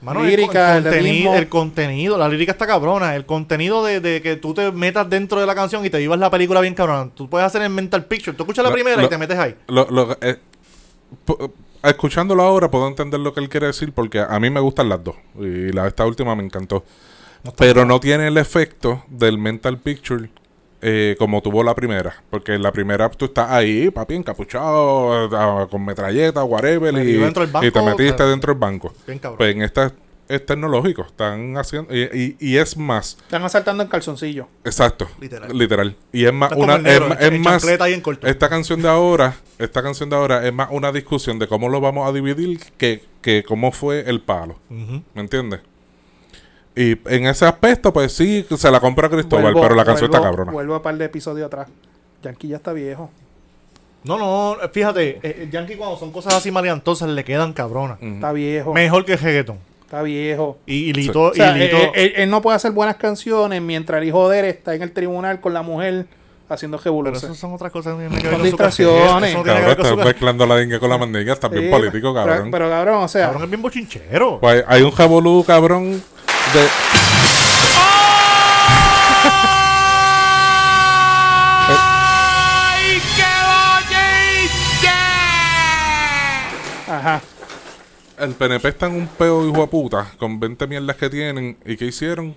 S3: Mano, el
S1: Lírica,
S3: con- el,
S1: el
S3: contenido,
S1: ritmo.
S3: el contenido, la lírica está cabrona. El contenido de, de que tú te metas dentro de la canción y te vivas la película bien cabrona. Tú puedes hacer el mental picture. Tú escuchas la
S2: Lo-
S3: primera y
S2: lo-
S3: te metes ahí.
S2: Lo- lo- eh, po- escuchándolo ahora puedo entender lo que él quiere decir porque a mí me gustan las dos y la, esta última me encantó. Pero no tiene el efecto del mental picture eh, como tuvo la primera. Porque en la primera tú estás ahí, papi, encapuchado, ah, con metralleta, whatever, y,
S3: Metido dentro del banco,
S2: y te metiste
S3: claro.
S2: dentro del banco.
S3: Bien cabrón.
S2: Pues en esta es tecnológico, están haciendo... Y, y- y es más,
S1: Están asaltando en calzoncillo.
S2: exacto,
S3: Literal.
S2: literal. Y es más,
S3: Está como
S2: una,
S3: el negro,
S2: es-
S3: en-
S2: es
S3: en
S2: más...
S3: chancleta y en corto.
S2: Esta canción de ahora, esta canción de ahora es más una discusión de cómo lo vamos a dividir que, que cómo fue el palo.
S3: Ujú.
S2: ¿Me entiendes? Y en ese aspecto, pues sí, se la compra Cristóbal,
S1: Vuelvo-
S2: pero la canción
S1: vuelvo-
S2: está cabrona.
S1: Vuelvo a par de episodios atrás. Yankee ya está viejo.
S3: No, no, eh, fíjate. eh, El Yankee cuando son cosas así maleantosas le quedan cabronas.
S2: Ujú.
S1: Está viejo.
S3: Mejor que el reggaetón.
S1: Está viejo.
S3: Y, y Lito...
S1: O sea,
S3: y Lito
S1: eh, él, él no puede hacer buenas canciones mientras el hijo de él está en el tribunal con la mujer haciendo
S3: Pero
S1: revolución.
S3: esas son otras cosas que tienen que ver
S1: Son
S3: con su canción.
S1: distracciones.
S3: Eso no tiene que
S2: Cabrón,
S3: ver con
S2: estás
S3: su canción.
S2: mezclando la dinga con la mandinga, estás bien
S1: Sí,
S2: político,
S1: pero-
S2: cabrón.
S1: Pero, cabrón, o sea,
S3: Cabrón es bien bochinchero.
S2: Pues, hay un jabolú, cabrón, de...
S5: ¡Ay, qué oyeiste!
S1: ajá.
S2: El PNP está en un peo hijo de puta con 20 mierdas que tienen. ¿Y qué hicieron?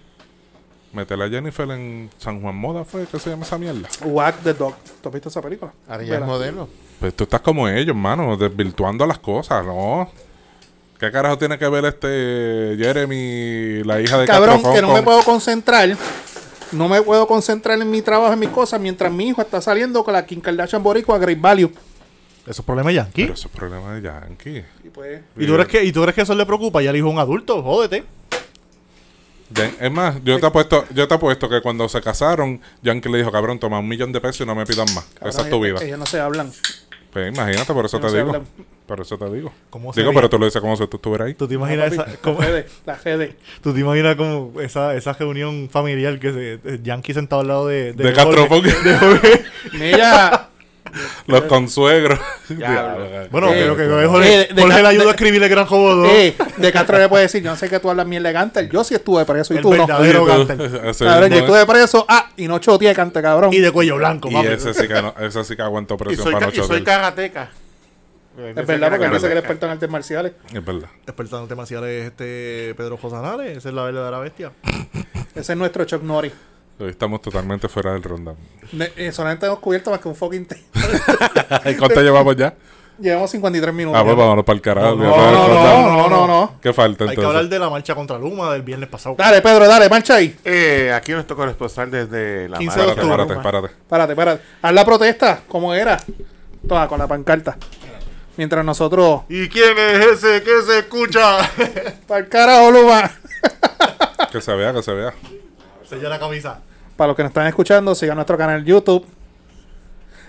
S2: Meter a Jennifer en San Juan Moda, fue que se llama esa mierda.
S1: Whack the Dog. ¿Tú has visto esa película?
S4: Ahora ya es
S1: Verá.
S4: modelo.
S2: Pues tú estás como ellos, mano, desvirtuando las cosas, ¿no? ¿Qué carajo tiene que ver este Jeremy, la hija de
S1: Cabrón,
S2: Castro
S1: que no
S2: con-
S1: me puedo concentrar. No me puedo concentrar en mi trabajo, en mis cosas, mientras mi hijo está saliendo con la Kim Kardashian Boricua Great Value.
S3: Eso es problema de Yankee.
S2: Pero eso es problema de Yankee.
S1: Y pues,
S3: ¿Y tú, crees que, ¿Y tú crees que eso le preocupa? Ya le dijo un adulto, jódete.
S2: De- es más, yo te apuesto, yo te apuesto que cuando se casaron, Yankee le dijo, cabrón, toma un millón de pesos y no me pidan más.
S1: cabrón,
S2: Esa es tu vida.
S1: Ellos, ellos no se hablan.
S2: Pues imagínate, por eso
S1: Ellos no
S2: te
S1: se
S2: digo.
S1: hablan.
S2: Por eso te digo.
S3: ¿Cómo
S2: Digo,
S3: sería?
S2: pero tú lo dices como si tú estuvieras ahí.
S3: ¿Tú te imaginas,
S1: No,
S3: esa,
S1: papi,
S3: como,
S1: La GD, la GD.
S3: ¿tú te imaginas como esa, esa reunión familiar que se, eh, Yankee sentado al lado de...
S2: De Castrofón.
S3: Jorge? De Jorge.
S1: Mira,
S2: [laughs] Los consuegros.
S4: Diablo.
S3: Bueno,
S1: Eh,
S3: creo que
S2: bueno.
S3: Jorge,
S1: eh, de-
S3: Jorge
S1: de-
S3: le ayudó a escribirle Gran Jobo
S1: eh, de Castro le puede decir, yo no sé que tú hablas mierda de Gantel. Yo sí estuve preso y
S3: El
S1: tú no.
S3: verdadero- Pero
S2: Tú-
S3: Gantel.
S2: ese
S1: Cabrón, yo
S2: mismo es.
S1: estuve preso, ah, y no choteé, cante cabrón.
S3: y de cuello blanco,
S2: Y
S3: papi.
S2: ese sí que, no, ese sí que aguantó
S4: Y
S2: presión
S4: soy,
S2: para
S4: ca-
S2: no
S4: y soy
S2: chotear.
S4: karateca.
S1: Es verdad, porque él dice que él es
S4: Karateca.
S1: experto en artes marciales.
S2: Es verdad.
S3: Despertando es este Pedro Josanares. Esa es la verdadera bestia.
S1: Ese es nuestro Chuck Norris.
S2: Hoy estamos totalmente fuera del ronda.
S1: Ne- eh, solamente hemos cubierto más que un fucking té.
S2: Ay, ¿Cuánto llevamos ya?
S1: [laughs] Llevamos 53 minutos.
S2: Ah, pues vámonos para el carajo.
S3: No,
S2: ya
S1: no,
S2: todo el
S1: no,
S2: ronda.
S1: no, no, no, no.
S2: ¿Qué falta
S3: Hay que hablar
S2: entonces?
S3: de la marcha contra Luma del viernes pasado.
S1: Dale, Pedro, dale, marcha ahí.
S4: Eh, aquí nuestro corresponsal desde la
S3: 15 de
S4: marca.
S2: Párate,
S3: octubre,
S2: párate,
S3: Omar.
S2: párate.
S1: Párate, párate. Haz la protesta, como era. Toda con la pancarta. Mientras nosotros.
S3: ¿Y quién es ese que se escucha?
S1: ¡Para el carajo, Luma!
S2: Que se vea, que se vea.
S3: Sella la camisa.
S1: Para los que nos están escuchando, sigan nuestro canal YouTube.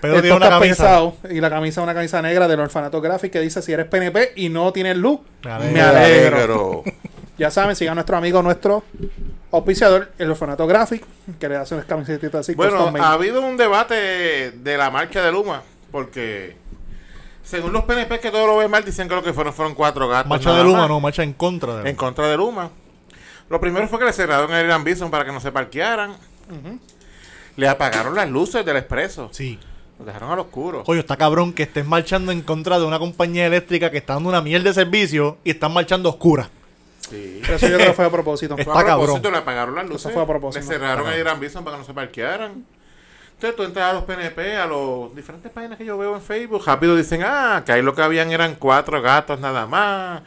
S3: Pedro
S1: El
S3: tiene una
S1: podcast
S3: camisa.
S1: pensado, y la camisa es una camisa negra del Orfanato Graphic que dice: si eres PNP y no tienes luz,
S3: Me
S1: me
S3: alegro.
S1: alegro.
S4: Alegro.
S1: Ya saben, sigan a nuestro amigo, nuestro auspiciador, el Orfanato Graphic, que le hace unas camisetas así.
S4: Bueno,
S1: custom made.
S4: ha habido un debate de la marcha de Luma, porque según los PNP que todo lo ven mal, dicen que lo que fueron fueron cuatro gatos.
S3: Marcha
S4: nada
S3: de Luma,
S4: más,
S3: no, marcha Pues en contra de Luma.
S4: En contra de Luma. Lo primero fue que le cerraron el Gran Bison para que no se parquearan. Le apagaron las luces del expreso.
S3: Sí.
S4: Lo dejaron al oscuro.
S3: Coño, está cabrón que estés marchando en contra de una compañía eléctrica que está dando una mierda de servicio y están marchando a oscura.
S4: Sí.
S3: eh,
S1: Pero eso yo creo que fue a propósito. [laughs]
S3: Está
S4: Fue a propósito,
S3: cabrón.
S4: le apagaron las luces.
S1: fue a propósito.
S4: Le cerraron el Gran Bison para que no se parquearan. Entonces tú entras a los PNP, a los diferentes páginas que yo veo en Facebook, rápido dicen, ah, que ahí lo que habían eran cuatro gatos nada más,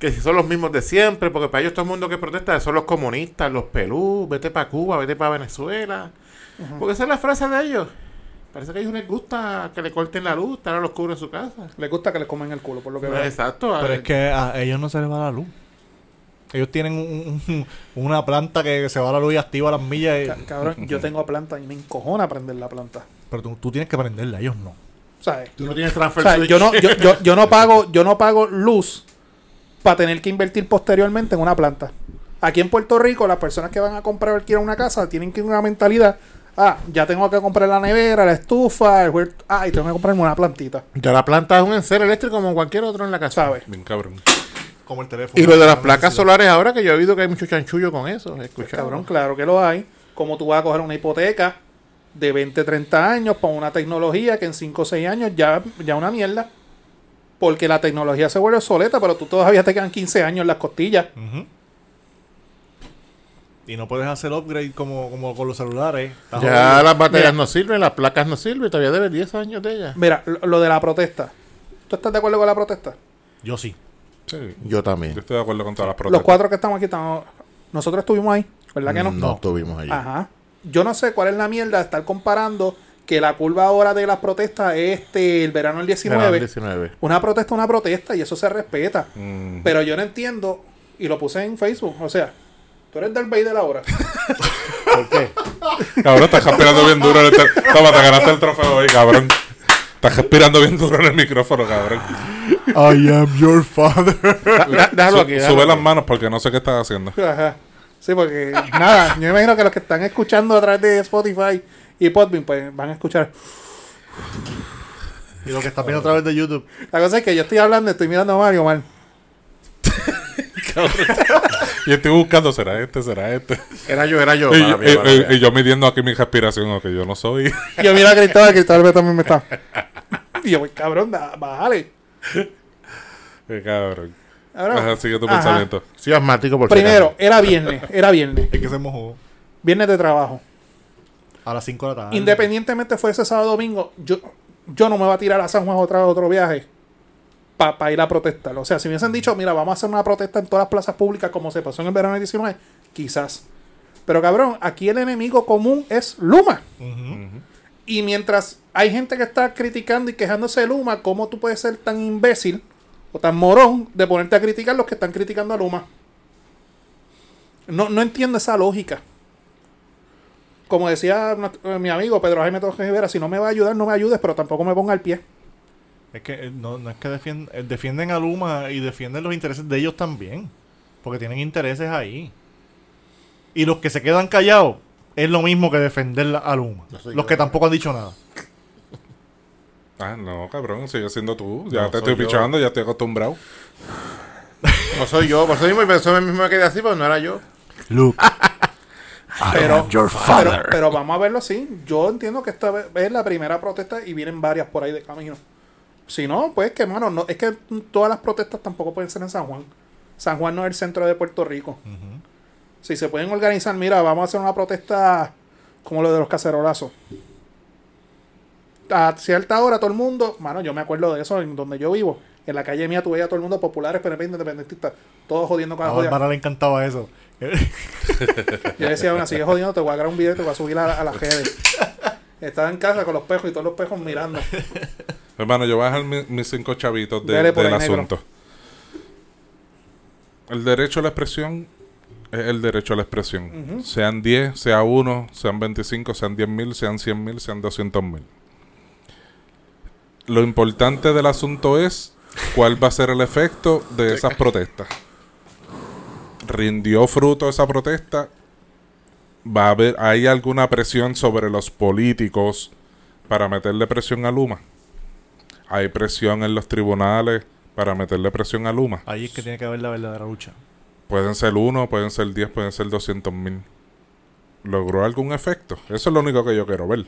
S4: que si son los mismos de siempre, porque para ellos todo el mundo que protesta son los comunistas, los pelú, vete para Cuba, vete para Venezuela. Porque esa es la frase de ellos. Parece que a ellos les gusta que le corten la luz, estar a los cubren en su casa.
S1: Les gusta que les comen el culo, por lo que veo.
S4: Exacto.
S3: Pero
S4: a-
S3: es que a ellos no se les va la luz. Ellos tienen un- un- una planta que se va la luz y activa las millas.
S1: Ca-
S3: y-
S1: Cabrón, yo tengo planta y me encojona prender la planta.
S3: pero tú, tú tienes que prenderla, ellos no.
S1: ¿Sabes?
S6: Tú no tienes
S1: O
S6: transfer
S1: sea,
S6: switch.
S1: yo no, yo, yo, yo no pago, yo no pago luz para tener que invertir posteriormente en una planta. Aquí en Puerto Rico, las personas que van a comprar o alquilar una casa tienen que ir con una mentalidad. Ah, ya tengo que comprar la nevera, la estufa, el huer- Ah, y tengo que comprarme una plantita.
S6: Ya la planta es un enser eléctrico como cualquier otro en la casa.
S1: ¿Sabes?
S2: Bien cabrón.
S3: Como el teléfono.
S6: Y lo de las
S3: No
S6: placas
S3: necesita.
S6: solares ahora, que yo he visto que hay mucho chanchullo con eso. Escucha,
S1: Pues, Cabrón, claro que lo hay. Como tú vas a coger una hipoteca de 20, 30 años para una tecnología que en 5 o 6 años ya ya una mierda. Porque la tecnología se vuelve obsoleta, pero tú todavía te quedan 15 años en las costillas.
S3: Ujú. Y no puedes hacer upgrade como, como con los celulares. Estás
S6: Ya
S3: jodido.
S6: las baterías
S1: Mira.
S6: no sirven, las placas no sirven, todavía debes 10 años de ellas.
S1: Mira, lo, lo de la protesta. ¿Tú estás de acuerdo con la protesta?
S3: Yo sí.
S2: Sí.
S6: Yo
S2: Yo
S6: también.
S2: estoy de acuerdo con todas las protestas.
S1: Los cuatro que estamos aquí estamos. Nosotros estuvimos ahí, ¿verdad que Mm, no?
S6: estuvimos allí.
S1: Ajá. Yo no sé cuál es la mierda de estar comparando que la curva ahora de las protestas es este, el verano del 19.
S6: Eran 19.
S1: Una protesta, una protesta, y eso se respeta.
S2: Mm.
S1: Pero yo no entiendo, y lo puse en Facebook, o sea, tú eres del de
S6: [laughs]
S1: la hora.
S6: ¿Por qué?
S2: Cabrón, estás respirando bien duro. En el tel- Toma, te ganaste el trofeo hoy, cabrón. Estás respirando bien duro en el micrófono, cabrón.
S6: I am your father. déjalo
S2: Su-
S6: aquí. déjalo
S2: sube
S6: aquí.
S2: las manos porque no sé qué estás haciendo.
S1: Ajá. Sí, porque nada, yo me imagino que los que están escuchando a través de Spotify y Podbean, pues van a escuchar.
S3: Y lo que estás viendo a través de YouTube.
S1: La cosa es que yo estoy hablando, estoy mirando a Mario mal.
S2: Y estoy buscando, será este, será este.
S6: Era yo, era yo.
S2: Y,
S6: mala
S2: yo-
S6: mía,
S3: eh,
S2: y-
S6: mala
S2: y-
S6: mía.
S2: y yo midiendo aquí mi respiración, aunque yo no soy. [laughs]
S1: Y yo mira a Cristóbal, Cristóbal también me está. Y yo, pues, cabrón, da- bájale.
S2: Qué cabrón.
S1: Ahora-
S2: Ajá, sigue tu
S1: Ajá.
S2: pensamiento.
S6: Soy asmático por si
S1: Primero,
S6: acaso.
S1: era viernes, era viernes.
S3: Es que se mojó
S1: Viernes de trabajo.
S3: a las 5 de la tarde.
S1: Independientemente fuese sábado o domingo, yo, yo no me voy a tirar a San Juan otra otro viaje para ir a protestar. O sea, si me hubiesen dicho, mira, vamos a hacer una protesta en todas las plazas públicas como se pasó en el verano del 19, quizás. Pero cabrón, aquí el enemigo común es Luma.
S3: Ujú.
S1: Y mientras hay gente que está criticando y quejándose de Luma, ¿cómo tú puedes ser tan imbécil o tan morón de ponerte a criticar los que están criticando a Luma? No, no entiendo esa lógica. Como decía nuestro- eh, mi amigo Pedro Jaime Torres Rivera, si no me va a ayudar, no me ayudes, pero tampoco me ponga al pie.
S3: Es que eh, no, no es que defienden, eh, defienden a Luma y defienden los intereses de ellos también. Porque tienen intereses ahí. Y los que se quedan callados es lo mismo que defender la- a Luma.
S6: No soy
S3: los
S6: yo.
S3: que tampoco han dicho nada.
S2: Ah, no, cabrón, sigue siendo tú. Ya
S6: No,
S2: te
S6: soy
S2: estoy
S6: yo.
S2: pichando, ya
S6: [laughs]
S2: estoy acostumbrado.
S6: No soy yo, por eso mismo, y por eso mismo me quedé así, pero no era yo.
S3: Luke,
S1: Pero, pero, pero vamos a verlo así. Yo entiendo que esta vez- es la primera protesta y vienen varias por ahí de camino. Si no, pues que, mano, no, es que todas las protestas tampoco pueden ser en San Juan. San Juan no es el centro de Puerto Rico. Si se pueden organizar, mira, vamos a hacer una protesta como lo de los cacerolazos. A cierta hora todo el mundo, mano, yo me acuerdo de eso en donde yo vivo. En la calle mía tuve a todo el mundo populares, PNP, independentistas, todos jodiendo con
S3: a
S1: la jodida.
S3: Bárbara le encantaba eso. [laughs]
S1: Yo decía, bueno, sigue jodiendo, te voy a grabar un video y te voy a subir a, a las redes. Estaba en casa con los pejos y todos los pejos mirando.
S2: Hermano, yo voy a dejar mi- mis cinco chavitos de-
S1: Dale por
S2: del
S1: ahí, negro.
S2: asunto. El derecho a la expresión es el derecho a la expresión. Sean 10, sea 1, sean 25, sean 10 mil, sean 100 mil, sean 200 mil. Lo importante del asunto es cuál va a ser el efecto
S1: [laughs]
S2: de esas protestas. ¿Rindió fruto esa protesta? ¿Va a haber, hay alguna presión sobre los políticos para meterle presión a Luma? hay presión en los tribunales para meterle presión a Luma.
S3: Ahí es que tiene que haber la verdadera lucha.
S2: Pueden ser uno, pueden ser 10, pueden ser 200 mil. ¿Logró algún efecto? Eso es lo único que yo quiero ver.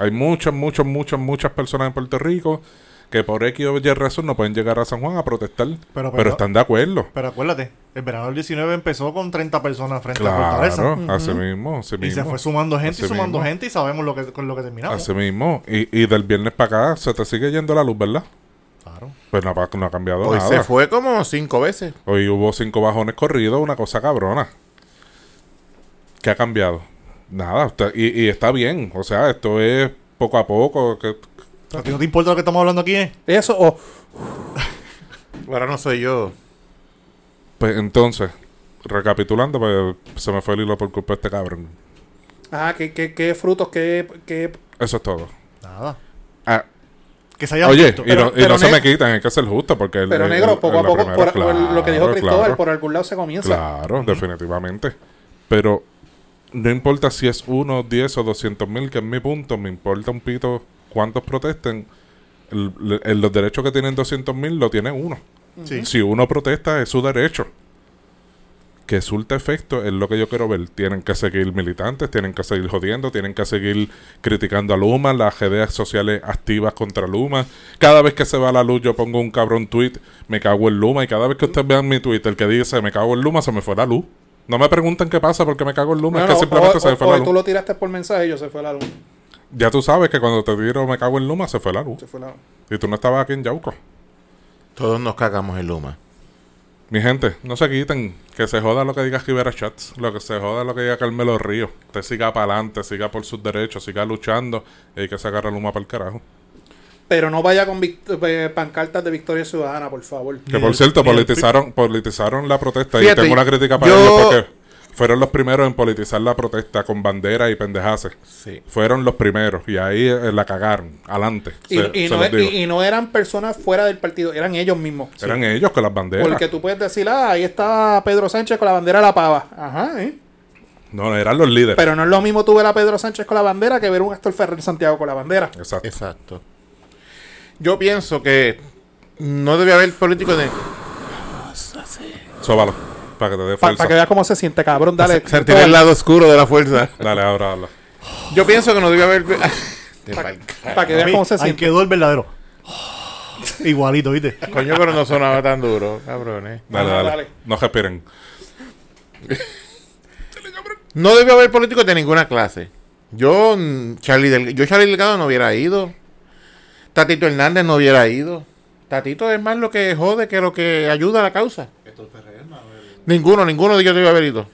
S2: Hay muchas, muchas, muchas, muchas personas en Puerto Rico que por X o Y razón no pueden llegar a San Juan a protestar, pero,
S3: Pero, pero-
S2: están de acuerdo.
S3: Pero acuérdate, el verano del 19 empezó con 30 personas frente a Fortaleza.
S2: Claro, así mismo, así
S3: Y
S2: mismo.
S3: se fue sumando gente y
S2: Así
S3: sumando
S2: mismo.
S3: gente y sabemos lo que, con lo que terminamos.
S2: Así mismo. Y, y del viernes para acá se te sigue yendo la luz, ¿verdad?
S3: Claro.
S2: Pues no, ha- no ha cambiado
S6: Hoy
S2: nada.
S6: se fue como cinco veces.
S2: Hoy hubo cinco bajones corridos, una cosa cabrona. ¿Qué ha cambiado? Nada, usted- y, y está bien. O sea, esto es poco a poco. que-
S3: ¿A ti no te importa lo que estamos hablando aquí? eh?
S1: Eso, oh, o
S6: Ahora no soy yo.
S2: pues entonces, recapitulando, pues, se me fue el hilo por culpa de este cabrón.
S1: ajá, ¿qué, qué, qué frutos, qué, qué-
S2: Eso es todo.
S3: Nada.
S2: Ah,
S3: Que se haya
S2: oye,
S3: visto.
S2: y, no- y
S1: pero
S2: no se
S1: ne-
S2: me quitan, hay que ser justo porque... el-
S1: Pero
S2: el-
S1: negro,
S2: el-
S1: poco a
S2: Eh, la
S1: poco,
S2: primera,
S1: por- por lo que dijo
S2: claro,
S1: Cristóbal,
S2: claro.
S1: por algún lado se comienza.
S2: Claro, definitivamente. Pero no importa si es uno, diez o doscientos mil, que es mi punto, me importa un pito cuántos protesten. El- le- el- los derechos que tienen doscientos mil lo tiene uno.
S6: Sí.
S2: Si uno protesta, es su derecho. Que surta efecto es lo que yo quiero ver. Tienen que seguir militantes, tienen que seguir jodiendo, tienen que seguir criticando a Luma, las redes sociales activas contra Luma. Cada vez que se va la luz, yo pongo un cabrón tweet, me cago en Luma. Y cada vez que ustedes vean mi Twitter que dice me cago en Luma, se me fue la luz. No me preguntan qué pasa porque me cago en Luma,
S1: No,
S2: es que
S1: no,
S2: simplemente
S1: o-
S2: se me
S1: o-
S2: fue
S1: o
S2: la luz.
S1: tú lo tiraste por mensaje y yo se fue la luz.
S2: Ya tú sabes que cuando te tiro me cago en Luma, se fue la luz.
S1: Se fue la luz.
S2: Y tú no estabas aquí en Yauco.
S6: Todos nos cagamos en Luma.
S2: Mi gente, no se quiten. Que se joda lo que diga Rivera Chats. Lo que se joda lo que diga Carmelo Río. Usted siga para adelante, siga por sus derechos, siga luchando. Y hay que sacar a Luma para el carajo.
S1: Pero no vaya con vict- eh, pancartas de Victoria Ciudadana, por favor.
S2: Que
S3: Ni
S2: por
S3: el-
S2: cierto,
S3: ni el
S2: politizaron, politizaron la protesta.
S6: Fíjate,
S2: y tengo una crítica para
S6: yo-
S2: ellos porque fueron los primeros en politizar la protesta con banderas y pendejaces.
S6: Sí.
S2: Fueron los primeros. Y ahí eh, la cagaron. Adelante.
S1: Y,
S2: Se-
S1: y
S2: se
S1: no,
S2: los
S1: e-
S2: digo.
S1: y- y no eran personas fuera del partido, eran ellos mismos.
S2: Eran ellos con las banderas.
S1: Porque tú puedes decir, ah, ahí está Pedro Sánchez con la bandera de la pava. Ajá, ¿eh?
S2: No, eran los líderes.
S1: Pero no es lo mismo tú ver a Pedro Sánchez con la bandera que ver un Astor Ferrer Santiago con la bandera.
S2: Exacto.
S6: Exacto. Yo pienso que no debe haber político de.
S2: Sóbalo. Para que te dé
S1: Para
S2: fuerza.
S1: que veas cómo se siente, cabrón. Dale.
S6: Sentir el lado oscuro de la [laughs] fuerza.
S2: Dale, ahora habla.
S6: Yo pienso que no debe haber. [laughs] Te pa'l
S1: Para que veas
S3: Papi,
S1: cómo se
S3: ahí
S1: siente.
S3: quedó el verdadero. [sighs] Igualito, ¿viste?
S6: Coño, pero no sonaba tan duro, cabrones.
S2: Dale,
S1: Ajá,
S2: dale.
S1: dale.
S2: No respiren.
S6: No debió haber políticos de ninguna clase. Yo, mm, Charlie Delgado, yo Charlie Delgado no hubiera ido. Tatito Hernández no hubiera ido. Tatito es más lo que jode que lo que ayuda a la causa. Ninguno, ninguno de ellos debe haber ido.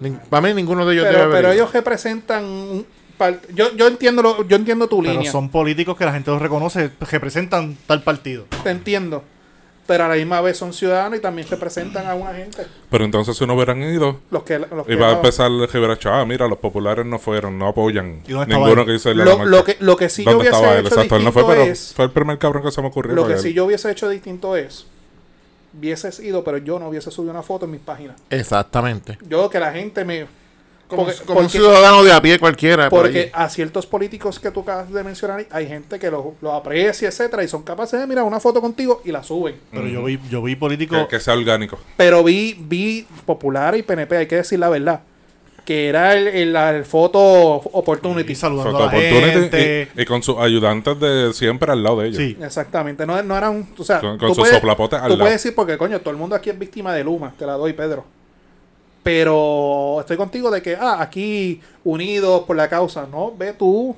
S6: Nin- para mí ninguno de ellos debe
S1: Pero,
S6: haber
S1: pero
S6: ido.
S1: ellos representan. un par- Yo, yo, entiendo lo- yo entiendo tu
S3: Pero
S1: línea.
S3: son políticos que la gente los reconoce, representan tal partido.
S1: Te entiendo. Pero a la misma vez son ciudadanos y también representan a una gente.
S2: Pero entonces si no hubieran ido,
S1: Los que, los que
S2: iba a
S1: no-
S2: empezar el gibracho. Ah, mira, los populares no fueron, no apoyan.
S3: ¿Y dónde estaba
S2: Ninguno
S3: él?
S2: que hizo la
S1: lo,
S2: marcha.
S1: lo que, lo que sí yo
S2: ¿Dónde
S1: hubiese
S2: estaba él?
S1: hecho
S2: Exacto, él no fue,
S1: distinto
S2: pero
S1: es...
S2: fue el primer cabrón que se me ocurrió.
S1: Lo que
S2: él.
S1: sí yo hubiese hecho distinto es... Hubiese sido, pero yo no hubiese subido una foto en mis páginas.
S6: Exactamente.
S1: Yo que la gente me...
S6: Como,
S1: porque-
S6: como un
S1: porque-
S6: ciudadano de a pie
S2: Ah,
S6: cualquiera. por
S1: Porque
S6: allí.
S1: a ciertos políticos que tú acabas de mencionar, hay gente que los los aprecia, etcétera, y son capaces de mirar una foto contigo y la suben.
S3: Pero yo vi, yo vi políticos.
S2: Que, que sea orgánico.
S1: Pero vi, vi Popular y PNP, hay que decir la verdad, que era el, el- la el foto opportunity.
S3: y saludando
S2: Photo
S3: a la gente.
S2: opportunity y, y con sus ayudantes de siempre al lado de ellos.
S3: Sí.
S1: Exactamente, no, no eran, o sea,
S2: Con- con sus soplapotes al
S1: tú
S2: lado.
S1: puedes decir porque coño, todo el mundo aquí es víctima de Luma, te la doy Pedro. Pero estoy contigo de que, ah, aquí unidos por la causa, no, ve tú.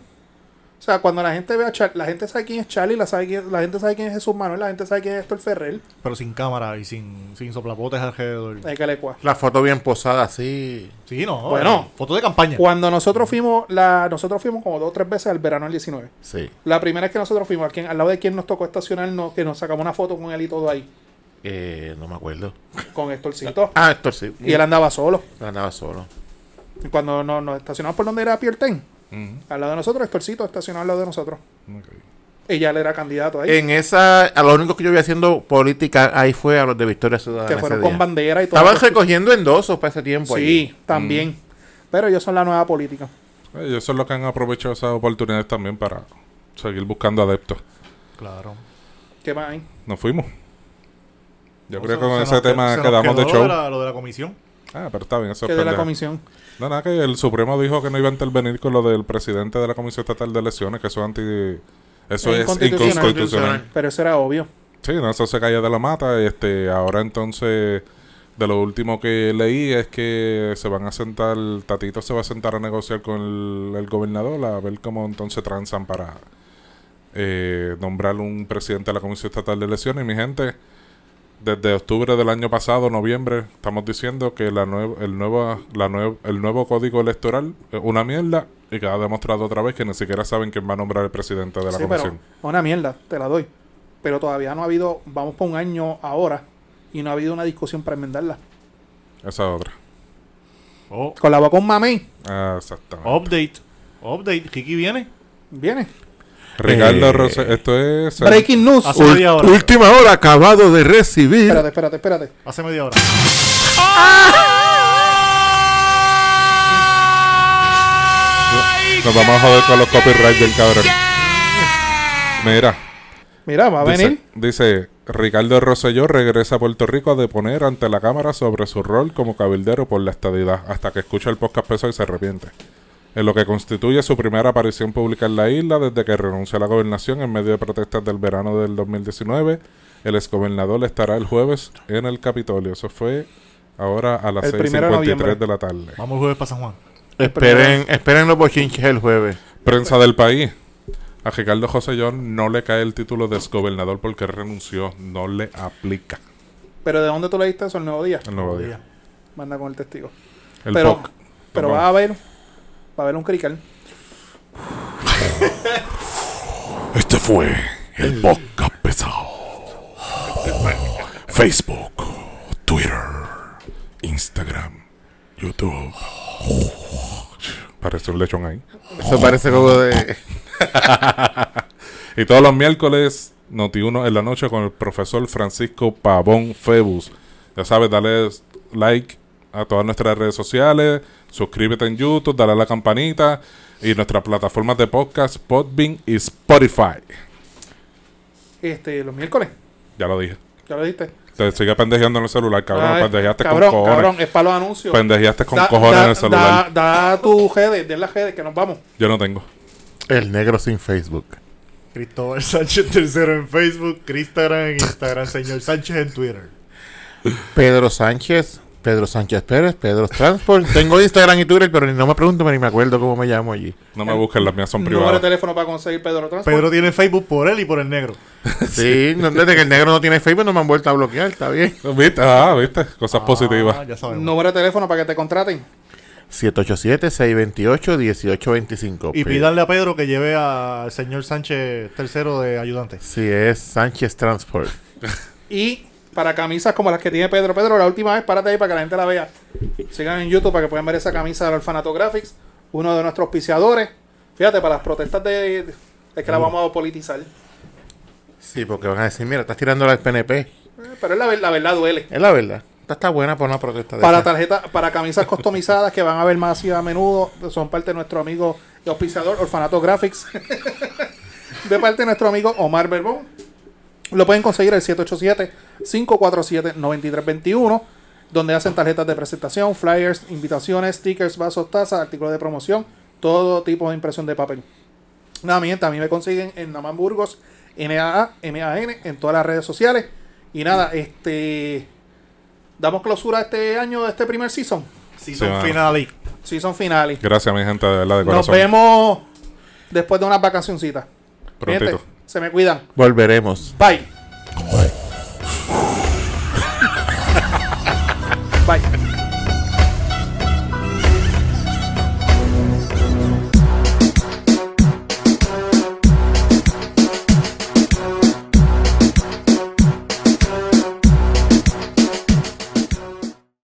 S1: O sea, cuando la gente ve a Charlie, la gente sabe quién es Charlie, la, sabe quién- la gente sabe quién es Jesús Manuel, la gente sabe quién es Héctor Ferrer,
S3: Pero sin cámara y sin, sin soplapotes alrededor.
S1: hay que le cua.
S6: La foto bien posada así.
S3: Sí, no.
S1: Bueno.
S3: eh, foto de campaña.
S1: Cuando nosotros fuimos, la, nosotros fuimos como dos o tres veces al verano del 19.
S6: Sí.
S1: La primera es que nosotros fuimos, al, quien, al lado de quien nos tocó estacionarnos, que nos sacamos una foto con él y todo ahí,
S6: Eh, no me acuerdo.
S1: con Héctorcito.
S6: Ah, esto sí.
S1: Y él andaba solo.
S6: Andaba solo.
S1: Y Cuando nos, nos estacionamos por donde era Pierten,
S2: Ujú.
S1: al lado de nosotros, Héctorcito estacionó al lado de nosotros.
S2: Ok.
S1: Y ya él era candidato ahí.
S6: En esa, a los únicos que yo vi haciendo política ahí fue a los de Victoria Ciudadana.
S1: que
S6: ese
S1: fueron
S6: día.
S1: con bandera y todo.
S6: Estaban
S1: eso.
S6: recogiendo endosos para ese tiempo. allí.
S1: Sí, también.
S6: Mm.
S1: Pero ellos son la nueva política.
S2: Ellos son los que han aprovechado esas oportunidades también para seguir buscando adeptos.
S3: Claro.
S1: ¿Qué más hay?
S2: Nos fuimos. Yo creo
S3: Se-
S2: que con
S3: se
S2: ese
S3: nos-
S2: tema
S3: se nos
S2: quedamos de
S3: quedó
S2: show.
S3: Lo de, la, lo de la comisión.
S2: Ah, pero está bien, eso es
S1: Que de la
S2: pendejo.
S1: comisión.
S2: No, nada, que el Supremo dijo que no iba a intervenir con lo del presidente de la Comisión Estatal de Elecciones, que eso es anti... Eso
S1: Es
S2: es
S1: inconstitucional.
S2: inconstitucional.
S1: Pero eso era obvio.
S2: Sí, no, eso se calla de la mata. Este, ahora entonces, de lo último que leí es que se van a sentar, Tatito se va a sentar a negociar con el, el gobernador a ver cómo entonces transan para eh, nombrar un presidente de la Comisión Estatal de Elecciones. Y mi gente, desde octubre del año pasado, noviembre, estamos diciendo que la nuev- el, nueva, la nuev- el nuevo código electoral es una mierda y que ha demostrado otra vez que ni siquiera saben quién va a nombrar el presidente de la
S1: Sí, pero
S2: comisión.
S1: es una mierda, te la doy. Pero todavía no ha habido, vamos por un año ahora, y no ha habido una discusión para enmendarla.
S2: Esa es otra.
S3: Oh,
S1: Colabora con Mamey,
S2: Ah, Exactamente.
S3: update. Update. Ricky viene.
S1: viene.
S2: Ricardo
S6: Eh,
S2: Rosell, esto es.
S1: Breaking news.
S3: Hace media hora.
S6: Última hora acabado de recibir.
S1: Espérate, espérate, espérate.
S3: Hace media hora.
S2: Nos vamos a joder con los copyrights del cabrón. Mira.
S1: Mira, va a
S2: Dice,
S1: venir.
S2: dice, Ricardo Rosselló regresa a Puerto Rico a deponer ante la cámara sobre su rol como cabildero por la estadidad, hasta que escucha el podcast peso y se arrepiente. En lo que constituye su primera aparición pública en la isla desde que renunció a la gobernación en medio de protestas del verano del 2019, el exgobernador estará el jueves en el Capitolio. Eso fue ahora a las
S1: El primero de
S2: 6.53
S1: noviembre.
S2: de la tarde.
S3: Vamos el jueves para San Juan.
S6: Esperen, esperen los bochinches el jueves.
S2: Prensa del país. A Ricardo Rossellón no le cae el título de exgobernador porque renunció, no le aplica
S1: Pero ¿de dónde tú leíste eso el nuevo día?
S2: el nuevo día.
S1: Manda con el testigo.
S2: El
S1: pero
S2: POC.
S1: pero
S2: Toma.
S1: va a haber, va a haber un crical.
S2: Este fue el podcast pesado. Facebook, Twitter, Instagram, YouTube. Parece un lechón ahí.
S6: Eso parece como de.
S2: [laughs] Y todos los miércoles, Noti1 en la noche con el profesor Francisco Pavón Febus. Ya sabes, dale like a todas nuestras redes sociales, suscríbete en YouTube, dale a la campanita y nuestras plataformas de podcast, Podbean y Spotify.
S1: Este, los miércoles.
S2: Ya lo dije.
S1: Ya lo diste.
S2: Te sigue pendejeando en el celular, cabrón.
S1: Ay,
S2: pendejeaste
S1: cabrón,
S2: con cojones.
S1: cabrón, es para los anuncios.
S2: Pendejeaste con
S1: Da-
S2: cojones
S1: da-
S2: en el celular.
S1: Da, da tu GD, den la GD que nos vamos.
S2: Yo no tengo.
S6: El negro sin Facebook.
S3: Cristóbal Sánchez [laughs] tercero en Facebook, Cristagram en Instagram, señor Sánchez en Twitter.
S6: Pedro Sánchez. Pedro Sánchez Pérez, Pedro [laughs] Transport. Tengo Instagram y Twitter, pero ni no me pregunto, ni me acuerdo cómo me llamo [laughs] allí.
S2: No me busquen, las mías son
S1: Número de
S2: privadas.
S1: teléfono para conseguir Pedro Transport.
S3: Pedro tiene Facebook por él y por el negro.
S6: Sí, no- desde que el negro no tiene Facebook no me han vuelto a bloquear, está bien.
S2: ¿Viste? Ah, ¿viste? Cosas
S3: Ah,
S2: positivas.
S3: ya sabemos.
S1: Número de teléfono para que te contraten.
S6: 787-628-1825.
S3: Y
S6: Pedro.
S3: pídanle a Pedro que lleve al señor Sánchez tercero de ayudante.
S6: Sí, es Sánchez Transport.
S1: Y para camisas como las que tiene Pedro. Pedro, la última vez, párate ahí para que la gente la vea. Sigan en YouTube para que puedan ver esa camisa del Orfanato Graphics. Uno de nuestros auspiciadores. Fíjate, para las protestas de, de- es que la vamos a politizar. Eh,
S6: Sí, porque van a decir, mira, estás tirando al PNP.
S1: Pero es la, ver- la verdad duele.
S6: Es la verdad. Esta está buena para una protesta de
S1: Para
S6: esas.
S1: tarjeta, para camisas customizadas que van a ver más y a menudo, son parte de nuestro amigo y auspiciador Orfanato Graphics. [laughs] de parte de nuestro amigo Omar Berbón. Lo pueden conseguir al 787-547-9321, donde hacen tarjetas de presentación, flyers, invitaciones, stickers, vasos, tazas, artículos de promoción, todo tipo de impresión de papel. Nada, mi gente, a mí me consiguen en Naman Burgos, NAA, MAN, en todas las redes sociales. Y nada, este. Damos clausura a este año, a este primer season.
S3: Season
S2: Sí, mano.
S3: finale.
S1: Season finale.
S2: Gracias, mi gente, de verdad, de
S1: Nos
S2: corazón.
S1: vemos después de unas vacacioncitas. Mi gente,
S2: Prontito.
S1: se me cuidan.
S6: Volveremos.
S1: Bye.